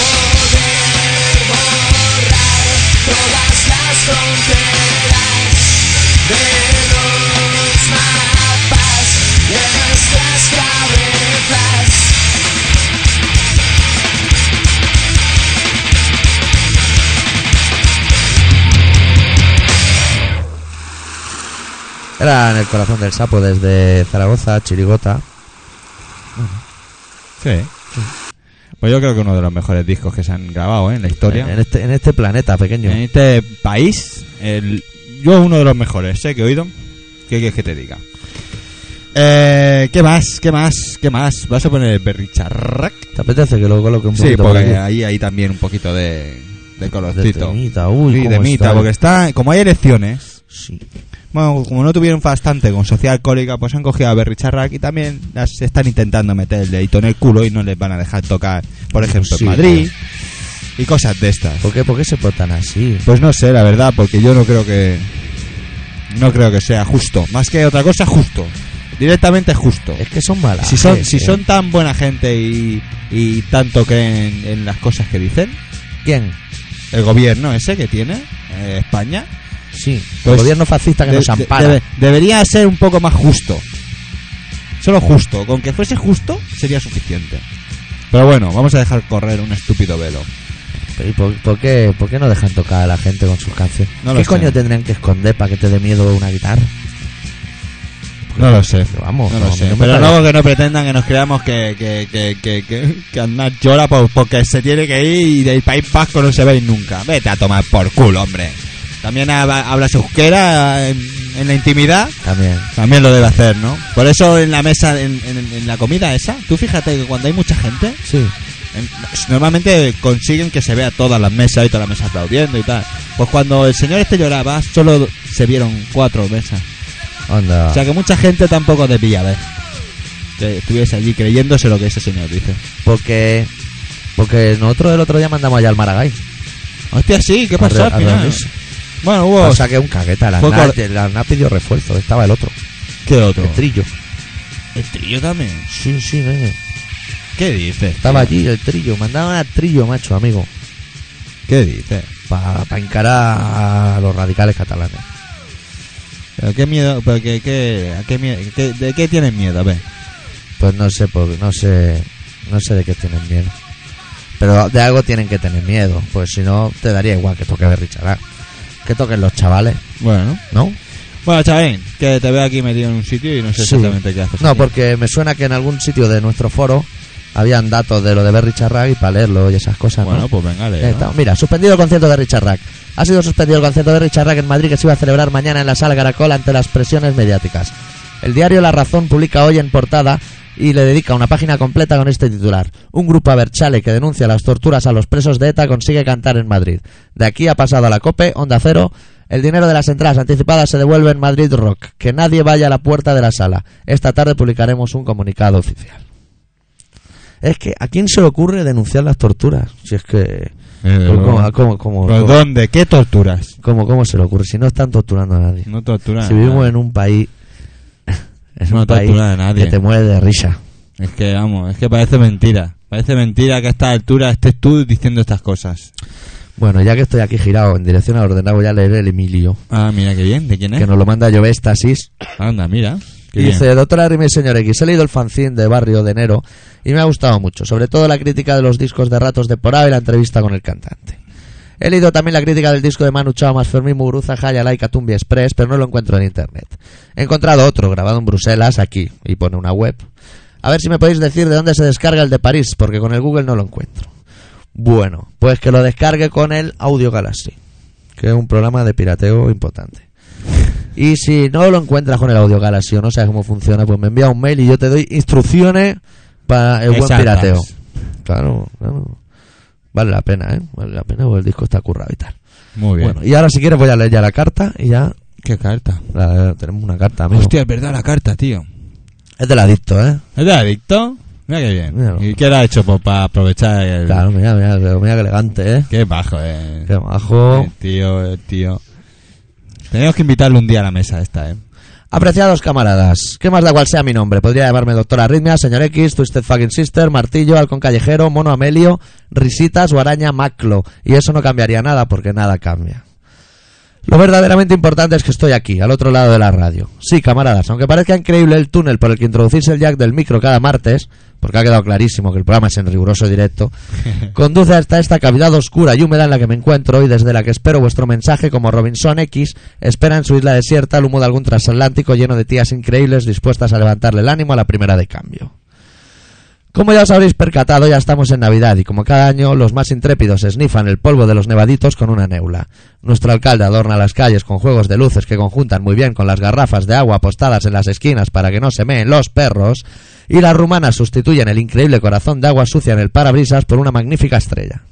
Speaker 3: Poder borrar todas las fronteras de los mapas de nuestras cabezas.
Speaker 2: Era en el corazón del sapo desde Zaragoza, Chirigota.
Speaker 1: Sí. Pues yo creo que uno de los mejores discos que se han grabado ¿eh? en la historia.
Speaker 2: En este, en este planeta pequeño.
Speaker 1: En este país, el- yo uno de los mejores, sé que he oído. ¿Qué quieres que te diga? Eh, ¿Qué más? ¿Qué más? ¿Qué más? ¿Vas a poner el berricharrac?
Speaker 2: ¿Te apetece que lo coloque un
Speaker 1: Sí,
Speaker 2: poquito por
Speaker 1: porque
Speaker 2: aquí?
Speaker 1: ahí hay también un poquito de, de
Speaker 2: De
Speaker 1: colorcito.
Speaker 2: temita, uy,
Speaker 1: Sí,
Speaker 2: cómo
Speaker 1: de mita,
Speaker 2: está. ¿eh?
Speaker 1: porque está. Como hay elecciones,
Speaker 2: Sí.
Speaker 1: Bueno, como no tuvieron bastante con Sociedad Alcohólica, pues han cogido a Berry Charrac y también las están intentando meter el dedito en el culo y no les van a dejar tocar, por ejemplo,
Speaker 2: Sí, eh.
Speaker 1: en Madrid y cosas de estas.
Speaker 2: ¿Por qué, ¿Por qué se portan así?
Speaker 1: Pues no sé, la verdad, porque yo no creo que. No creo que sea justo. Más que otra cosa, justo. Directamente justo.
Speaker 2: Es que son malas. Eh,
Speaker 1: Si son,
Speaker 2: gente.
Speaker 1: si son tan buena gente y, y tanto creen en las cosas que dicen,
Speaker 2: ¿Quién?
Speaker 1: el gobierno ese que tiene eh, España,
Speaker 2: Sí.
Speaker 1: Pues-
Speaker 2: el gobierno fascista que
Speaker 1: de-
Speaker 2: nos
Speaker 1: de-
Speaker 2: ampara.
Speaker 1: debe- debería ser un poco más justo. Solo justo. Con que fuese justo sería suficiente. Pero bueno, vamos a dejar correr un estúpido velo.
Speaker 2: Pero ¿Y por, por qué, por qué no dejan tocar a la gente con sus canciones?
Speaker 1: No lo
Speaker 2: ¿Qué
Speaker 1: sé.
Speaker 2: coño tendrían que esconder para que te dé miedo una guitarra?
Speaker 1: No lo sé.
Speaker 2: Pero vamos,
Speaker 1: no
Speaker 2: a
Speaker 1: lo
Speaker 2: mí
Speaker 1: sé.
Speaker 2: Oh, no me
Speaker 1: Pero
Speaker 2: parece.
Speaker 1: luego que no pretendan que nos creamos que, que, que, que, que, que Aznar llora por- porque se tiene que ir y del País Vasco no se veis nunca. Vete a tomar por culo, hombre. También hab- hablas euskera en, en la intimidad.
Speaker 2: También.
Speaker 1: También lo debe hacer, ¿no? Por eso en la mesa, en, en- en la comida esa, tú fíjate que cuando hay mucha gente,
Speaker 2: Sí.
Speaker 1: en- normalmente consiguen que se vea todas las mesas y toda la mesa aplaudiendo y tal. Pues cuando el señor este lloraba, solo se vieron cuatro mesas.
Speaker 2: Onda.
Speaker 1: O sea que mucha gente tampoco te pilla, ¿ves? Que estuviese allí creyéndose lo que ese señor dice.
Speaker 2: porque. Porque nosotros el otro día mandamos allá al Maragall.
Speaker 1: Hostia, sí, ¿qué pasó
Speaker 2: Arre-
Speaker 1: al final?
Speaker 2: arreglís.
Speaker 1: Bueno, hubo...
Speaker 2: o sea que un cagueta. La
Speaker 1: Fue
Speaker 2: NAR,
Speaker 1: cor-
Speaker 2: la NAR pidió refuerzo. Estaba el otro.
Speaker 1: ¿Qué otro?
Speaker 2: El trillo.
Speaker 1: ¿El trillo también?
Speaker 2: Sí, sí, nene.
Speaker 1: ¿Qué dices?
Speaker 2: Estaba allí el trillo. Mandaban al trillo, macho, amigo.
Speaker 1: ¿Qué dices?
Speaker 2: Para encarar a los radicales catalanes.
Speaker 1: ¿Pero qué miedo? ¿Pero qué, qué, a qué miedo? ¿Qué- ¿De qué tienes miedo? A ver.
Speaker 2: Pues no sé, por- no sé, no sé de qué tienen miedo. Pero de algo tienen que tener miedo, pues si no te daría igual que toque Berry Chará. Que toquen los chavales,
Speaker 1: Bueno.
Speaker 2: ¿no?
Speaker 1: Bueno, chavín, que te veo aquí metido en un sitio y no sé
Speaker 2: Sí.
Speaker 1: exactamente qué haces.
Speaker 2: No,
Speaker 1: allí.
Speaker 2: porque me suena que en algún sitio de nuestro foro habían datos de lo de Berry Chará y para leerlo y esas cosas, ¿no?
Speaker 1: Bueno, pues venga,
Speaker 2: Ya
Speaker 1: lee.
Speaker 2: está. Mira, suspendido el concierto de Richard Rack. Ha sido suspendido el concierto de Richard Rack en Madrid que se iba a celebrar mañana en la sala Caracol ante las presiones mediáticas. El diario La Razón publica hoy en portada y le dedica una página completa con este titular. Un grupo aberchale que denuncia las torturas a los presos de ETA consigue cantar en Madrid. De aquí ha pasado a la COPE, Onda Cero. El dinero de las entradas anticipadas se devuelve en Madrid Rock. Que nadie vaya a la puerta de la sala. Esta tarde publicaremos un comunicado oficial. Es que, ¿a quién se le ocurre denunciar las torturas? Si es que... ¿Cómo, cómo, cómo, cómo-
Speaker 1: Eh, ¿Pero ¿Dónde? ¿Qué torturas?
Speaker 2: cómo- cómo se le ocurre? Si no están torturando a nadie.
Speaker 1: No torturas.
Speaker 2: si vivimos en un país. en
Speaker 1: No
Speaker 2: un país
Speaker 1: tortura a nadie.
Speaker 2: Que te mueres de risa.
Speaker 1: Es que, vamos, es que parece mentira. Parece mentira que a esta altura estés tú diciendo estas cosas.
Speaker 2: Bueno, ya que estoy aquí girado en dirección al ordenado, ya leeré el Emilio.
Speaker 1: Ah, mira qué bien, ¿de quién es?
Speaker 2: Que nos lo manda Jovestasis.
Speaker 1: Anda, mira. Qué
Speaker 2: Y
Speaker 1: bien.
Speaker 2: Dice, doctora Rime, señor X, he leído el fanzine de Barrio de Enero y me ha gustado mucho, sobre todo la crítica de los discos de Ratos de Porado y la entrevista con el cantante. He leído también la crítica del disco de Manu Chao, más Fermín Muguruza, Jaya Laika, Tumbi Express, pero no lo encuentro en internet. He encontrado otro, grabado en Bruselas, aquí, y pone una web. A ver si me podéis decir de dónde se descarga el de París, porque con el Google no lo encuentro. Bueno, pues que lo descargue con el Audio Galaxy, que es un programa de pirateo importante. Y si no lo encuentras con el Audio Galaxy o no sabes cómo funciona, pues me envía un mail y yo te doy instrucciones para el buen
Speaker 1: Exactas.
Speaker 2: pirateo. Claro, claro. Vale la pena, ¿eh? Vale la pena porque el disco está currado y tal.
Speaker 1: Muy bien.
Speaker 2: Bueno, y ahora si quieres voy a leer ya la carta y ya
Speaker 1: ¿Qué carta?
Speaker 2: la- tenemos una carta, amigo.
Speaker 1: Hostia, es verdad la carta, tío.
Speaker 2: Es del adicto, ¿eh?
Speaker 1: ¿Es de adicto? Mira qué bien.
Speaker 2: Míralo.
Speaker 1: ¿Y qué le ha hecho pues, para aprovechar el...
Speaker 2: Claro, mira, mira, mira, mira que elegante, ¿eh?
Speaker 1: Qué bajo, eh.
Speaker 2: Qué majo.
Speaker 1: El tío, el tío. Tenemos que invitarle un día a la mesa esta, eh.
Speaker 2: Apreciados camaradas, ¿qué más da cual sea mi nombre? Podría llamarme Doctora Arritmia, Señor X, Twisted Fucking Sister, Martillo, Halcón Callejero, Mono Amelio, Risitas o Araña Maclo. Y eso no cambiaría nada porque nada cambia. Lo verdaderamente importante es que estoy aquí, al otro lado de la radio. Sí, camaradas, aunque parezca increíble el túnel por el que introducirse el jack del micro cada martes, porque ha quedado clarísimo que el programa es en riguroso directo, conduce hasta esta cavidad oscura y húmeda en la que me encuentro y desde la que espero vuestro mensaje como Robinson X espera en su isla desierta el humo de algún transatlántico lleno de tías increíbles dispuestas a levantarle el ánimo a la primera de cambio. Como ya os habréis percatado, ya estamos en Navidad y como cada año, los más intrépidos esnifan el polvo de los nevaditos con una neula. Nuestro alcalde adorna las calles con juegos de luces que conjuntan muy bien con las garrafas de agua apostadas en las esquinas para que no se meen los perros, y las rumanas sustituyen el increíble corazón de agua sucia en el parabrisas por una magnífica estrella.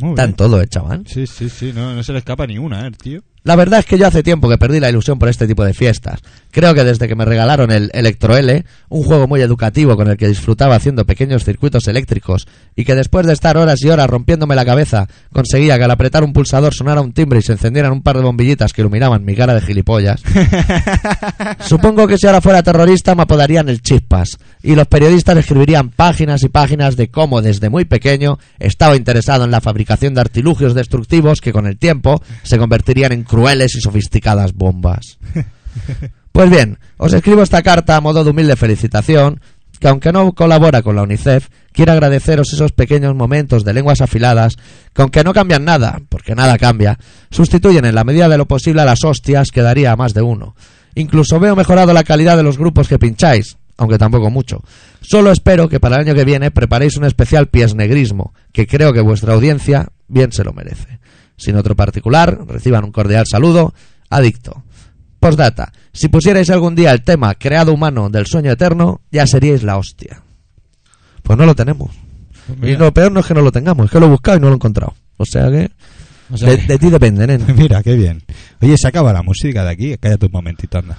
Speaker 1: Muy bien.
Speaker 2: Tan todo, eh, chaval.
Speaker 1: Sí, sí, sí. No, no se le escapa ni una, eh, el tío.
Speaker 2: La verdad es que yo hace tiempo que perdí la ilusión por este tipo de fiestas. Creo que desde que me regalaron el Electro L, un juego muy educativo con el que disfrutaba haciendo pequeños circuitos eléctricos, y que después de estar horas y horas rompiéndome la cabeza, conseguía que al apretar un pulsador sonara un timbre y se encendieran un par de bombillitas que iluminaban mi cara de gilipollas. Supongo que si ahora fuera terrorista me apodarían el Chispas, y los periodistas escribirían páginas y páginas de cómo desde muy pequeño estaba interesado en la fabricación de artilugios destructivos que con el tiempo se convertirían en crueles y sofisticadas bombas. Pues bien, os escribo esta carta a modo de humilde felicitación, que aunque no colabora con la UNICEF, quiero agradeceros esos pequeños momentos de lenguas afiladas, que aunque no cambian nada, porque nada cambia, sustituyen en la medida de lo posible a las hostias que daría a más de uno. Incluso veo mejorado la calidad de los grupos que pincháis, aunque tampoco mucho. Solo espero que para el año que viene preparéis un especial piesnegrismo, que creo que vuestra audiencia bien se lo merece. Sin otro particular, reciban un cordial saludo. Adicto. Postdata. Si pusierais algún día el tema creado humano del sueño eterno, ya seríais la hostia. Pues no lo tenemos.
Speaker 1: Pues
Speaker 2: Y lo peor no es que no lo tengamos, es que lo he buscado y no lo he encontrado. O sea que.
Speaker 1: O sea
Speaker 2: de,
Speaker 1: que-
Speaker 2: de ti depende, nena.
Speaker 1: Mira, qué bien. Oye, se acaba la música de aquí. Cállate un momentito, anda.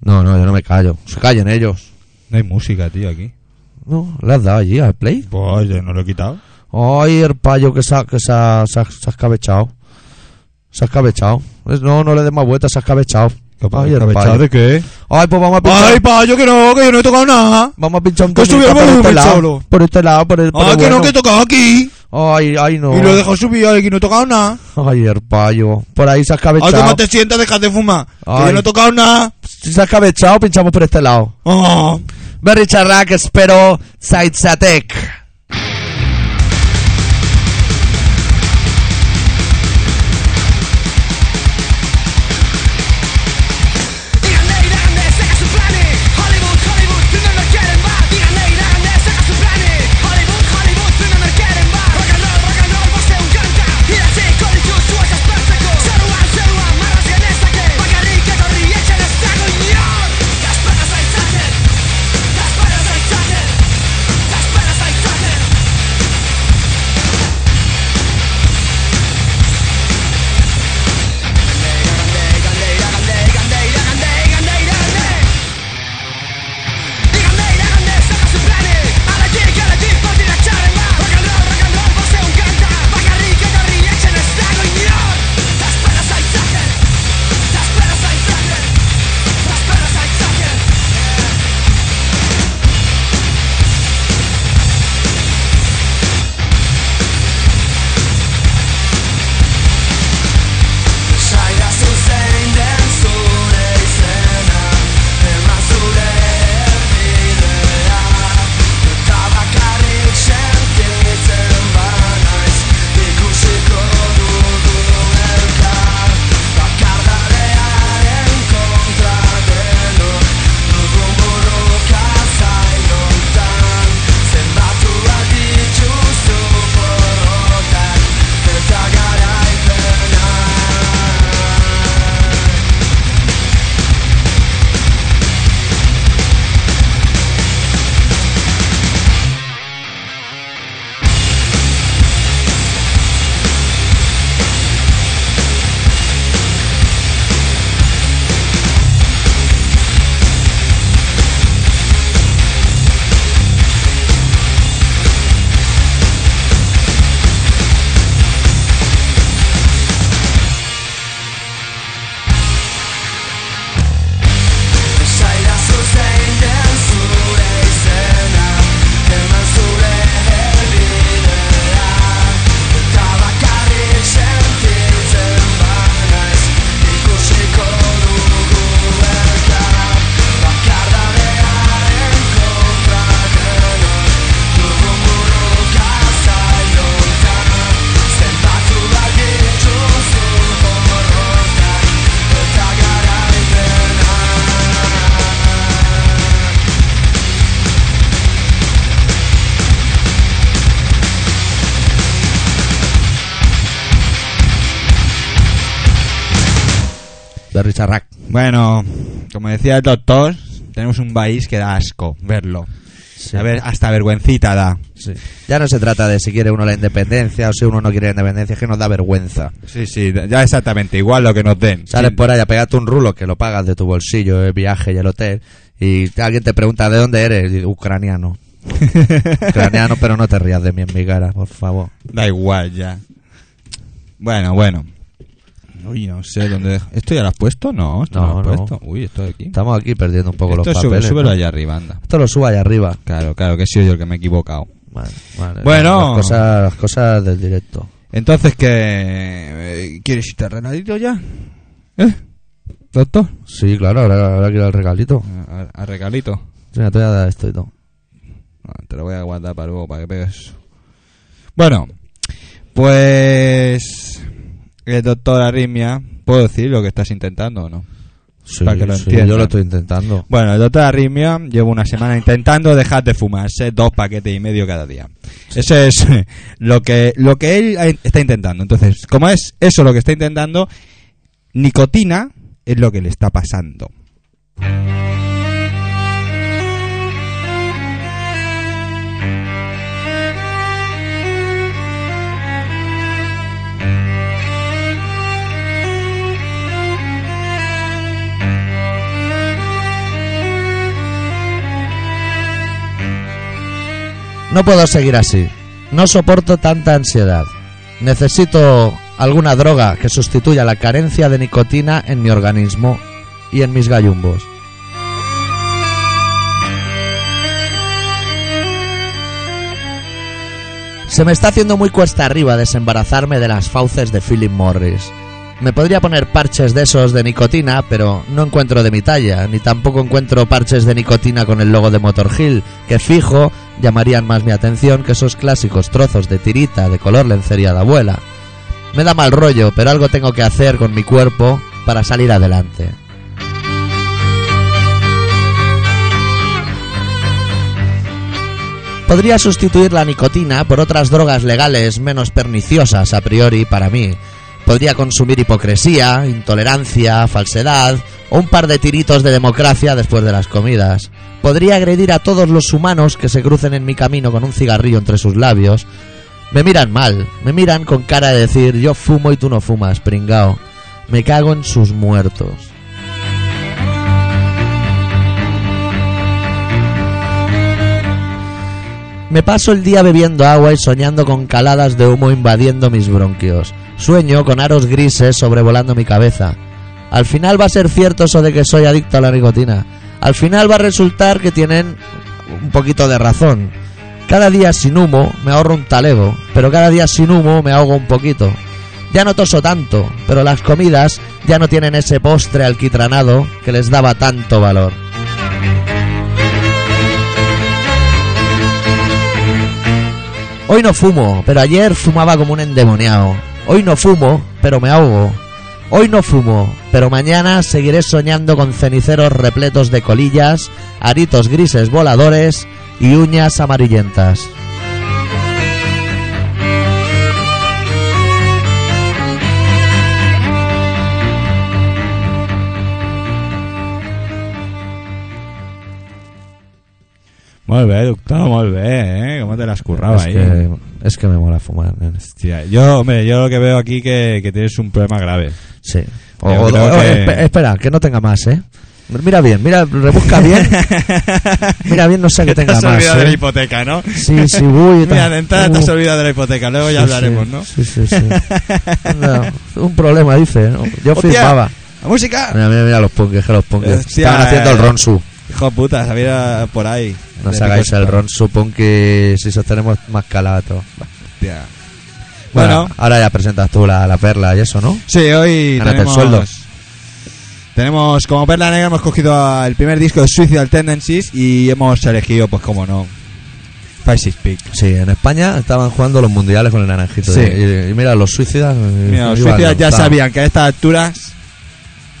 Speaker 2: No, no, yo no me callo. Se callen ellos.
Speaker 1: No hay música, tío, aquí.
Speaker 2: No, le has dado allí al play.
Speaker 1: Pues yo no lo he quitado.
Speaker 2: Ay, el payo que se ha, que se ha, se ha- se ha escabechado. Se ha escabechado. Es- No, no le des más vueltas, se ha escabechado.
Speaker 1: ¿Qué pasa?
Speaker 2: Ay, el
Speaker 1: ¿Cabezado
Speaker 2: payo.
Speaker 1: de qué?
Speaker 2: Ay, pues vamos a pinchar.
Speaker 1: ¡Ay, pa! Yo que no, que yo no he tocado nada.
Speaker 2: Vamos a pinchar un
Speaker 1: Que subí
Speaker 2: temita
Speaker 1: el
Speaker 2: por este
Speaker 1: volumen
Speaker 2: lado.
Speaker 1: solo.
Speaker 2: Por este lado, por el. por
Speaker 1: ¡Ah,
Speaker 2: el
Speaker 1: que no,
Speaker 2: bueno.
Speaker 1: que he tocado aquí!
Speaker 2: Ay, ay, no.
Speaker 1: Y lo he dejado subido y no he tocado nada.
Speaker 2: Ay, el payo. Por ahí se ha escabechado.
Speaker 1: ¡Ay, que más te sientas, dejas de fumar! ¡Que
Speaker 2: Ay.
Speaker 1: yo no he tocado nada!
Speaker 2: Si se ha escabechado, pinchamos por este lado.
Speaker 1: ¡Oh!
Speaker 2: Berry Charrac, espero. Saitzatek.
Speaker 4: Díganle Irlandés, haga su planes Hollywood, Hollywood, primero me quieren más Díganle Irlandés, haga su planes Hollywood, Hollywood, primero me quieren más Rock and roll, rock and roll, vos te encanta Y así con el yuzu es espértico Zeruan, zeruan, marras genezake Bakarrik etorri etxen ez dago inor Kaspera zaitzaten Kaspera zaitzaten Kaspera zaitzaten Gandeira, gandeira, gandeira, gandeira, gandeira, gandeira Díganme, díganme, saca su planes Ahora aquí, que ahora aquí, por dirección va Rock and roll, rock and roll, vos se encanta Bacarri, que corri, echen ez dago inor Zasperaz aitzaten Zasperaz aitzaten Zasperaz aitzaten Zaila zuzein den zure izena Eman zure erdidea Eta bakarrik sentitzen banaiz Ikusiko dugun elkar Bakardarearen kontra denok Dugun buruka zailontan Zenbatuak dituzu porrotan Eta garaipena Zaila zuzein den zure izena Eman zure helbidea Eta bakarrik sentitzen banaiz Ikusiko dugu elkar Bakardadearen kontra denok Dugun buruka zailontan Zenbatu bat dituzu borrokan Eta garaipena
Speaker 2: Berry Charrac.
Speaker 1: Bueno, como decía el doctor, tenemos un país que da asco verlo.
Speaker 2: Sí.
Speaker 1: A ver, hasta vergüencita da.
Speaker 2: Sí. Ya no se trata de si quiere uno la independencia o si uno no quiere la independencia, es que nos da vergüenza.
Speaker 1: Sí, sí, ya exactamente igual lo que nos den.
Speaker 2: Sales
Speaker 1: Sí.
Speaker 2: por ahí a pegarte un rulo que lo pagas de tu bolsillo, el viaje y el hotel, y alguien te pregunta de dónde eres, y, ucraniano. ucraniano, pero no te rías de mí en mi cara, por favor.
Speaker 1: Da igual ya. Bueno, bueno. Uy, no sé dónde. dejo- ¿Esto ya lo has puesto? No, esto no, lo
Speaker 2: No, no.
Speaker 1: has puesto. Uy, esto de aquí.
Speaker 2: Estamos aquí perdiendo un poco
Speaker 1: Esto
Speaker 2: los
Speaker 1: sube,
Speaker 2: papeles.
Speaker 1: súbelo
Speaker 2: ¿no?
Speaker 1: allá arriba, anda.
Speaker 2: Esto lo suba allá arriba.
Speaker 1: Claro, claro, que he sido yo el que me he equivocado.
Speaker 2: Vale, vale.
Speaker 1: Bueno.
Speaker 2: Las cosas, las cosas del directo.
Speaker 1: Entonces, ¿qué. eh, ¿Quieres irte arregladito ya? ¿Eh? ¿Doctor?
Speaker 2: Sí, claro, ahora, ahora quiero el regalito.
Speaker 1: A, a regalito.
Speaker 2: Sí, te voy a dar esto y todo.
Speaker 1: No, Ah, te lo voy a guardar para luego, para que pegues. Bueno, pues. El doctor Arritmia. ¿Puedo decir lo que estás intentando o no?
Speaker 2: Sí,
Speaker 1: Para que lo
Speaker 2: sí,
Speaker 1: entiendan.
Speaker 2: yo lo estoy intentando.
Speaker 1: Bueno, el doctor Arritmia llevo una semana intentando dejar de fumarse dos paquetes y medio cada día. Eso es lo que, lo que él ha- está intentando. Entonces, como es eso lo que está intentando, nicotina es lo que le está pasando.
Speaker 2: No puedo seguir así. No soporto tanta ansiedad. Necesito alguna droga que sustituya la carencia de nicotina en mi organismo y en mis gallumbos. Se me está haciendo muy cuesta arriba desembarazarme de las fauces de Philip Morris. Me podría poner parches de esos de nicotina, pero no encuentro de mi talla, ni tampoco encuentro parches de nicotina con el logo de Motor Hill, que fijo llamarían más mi atención que esos clásicos trozos de tirita de color lencería de abuela. Me da mal rollo, pero algo tengo que hacer con mi cuerpo para salir adelante. Podría sustituir la nicotina por otras drogas legales menos perniciosas a priori para mí. Podría consumir hipocresía, intolerancia, falsedad o un par de tiritos de democracia después de las comidas. Podría agredir a todos los humanos que se crucen en mi camino con un cigarrillo entre sus labios. Me miran mal, me miran con cara de decir yo fumo y tú no fumas, pringao. Me cago en sus muertos. Me paso el día bebiendo agua y soñando con caladas de humo invadiendo mis bronquios. Sueño con aros grises sobrevolando mi cabeza. Al final va a ser cierto eso de que soy adicto a la nicotina. Al final va a resultar que tienen un poquito de razón. Cada día sin humo me ahorro un talego, pero cada día sin humo me ahogo un poquito. Ya no toso tanto, pero las comidas ya no tienen ese postre alquitranado que les daba tanto valor. Hoy no fumo, pero ayer fumaba como un endemoniado. Hoy no fumo, pero me ahogo. Hoy no fumo, pero mañana seguiré soñando con ceniceros repletos de colillas, aritos grises voladores y uñas amarillentas.
Speaker 1: Muy bien, doctor, muy bien, ¿eh? ¿Cómo te las curraba ahí?
Speaker 2: es que me mola fumar. nene.
Speaker 1: Hostia, yo, hombre, yo lo que veo aquí que, que tienes un problema grave.
Speaker 2: Sí. O-
Speaker 1: Yo
Speaker 2: o-
Speaker 1: creo
Speaker 2: o-
Speaker 1: que-
Speaker 2: espe- espera, que no tenga más, ¿eh? Mira bien, mira, rebusca bien. Mira bien, no sé que
Speaker 1: te
Speaker 2: tenga
Speaker 1: has
Speaker 2: más.
Speaker 1: olvidado de
Speaker 2: ¿eh?
Speaker 1: la hipoteca, ¿no?
Speaker 2: Sí, sí, voy. y tal.
Speaker 1: Mira, de entrada te has
Speaker 2: Uh.
Speaker 1: olvidado de la hipoteca, luego ya
Speaker 2: Sí,
Speaker 1: hablaremos,
Speaker 2: sí,
Speaker 1: ¿no?
Speaker 2: Sí, sí, sí. Anda, un problema, dice. ¿no? Yo
Speaker 1: Hostia.
Speaker 2: firmaba.
Speaker 1: ¡La música!
Speaker 2: Mira, mira, mira los punkes, que los punkes.
Speaker 1: Hostia. eh,
Speaker 2: Estaban haciendo el Ronsu.
Speaker 1: Hijo de puta, sabía por ahí.
Speaker 2: No os
Speaker 1: De
Speaker 2: hagáis
Speaker 1: picosito.
Speaker 2: el Ronsu punky si sostenemos más calato.
Speaker 1: Hostia.
Speaker 2: Bueno,
Speaker 1: bueno,
Speaker 2: ahora ya presentas tú la, la perla y eso, ¿no?
Speaker 1: Sí, hoy
Speaker 2: Gánate el
Speaker 1: tenemos,
Speaker 2: sueldo.
Speaker 1: tenemos como perla negra hemos cogido a- el primer disco de Suicidal Tendencies y hemos elegido, pues como no, Five Six Peak.
Speaker 2: Sí, en España estaban jugando los mundiales con el naranjito.
Speaker 1: Sí.
Speaker 2: Y, y mira, los suicidas. eh,
Speaker 1: Mira, los
Speaker 2: iban
Speaker 1: suicidas ya
Speaker 2: cantados.
Speaker 1: sabían que a estas alturas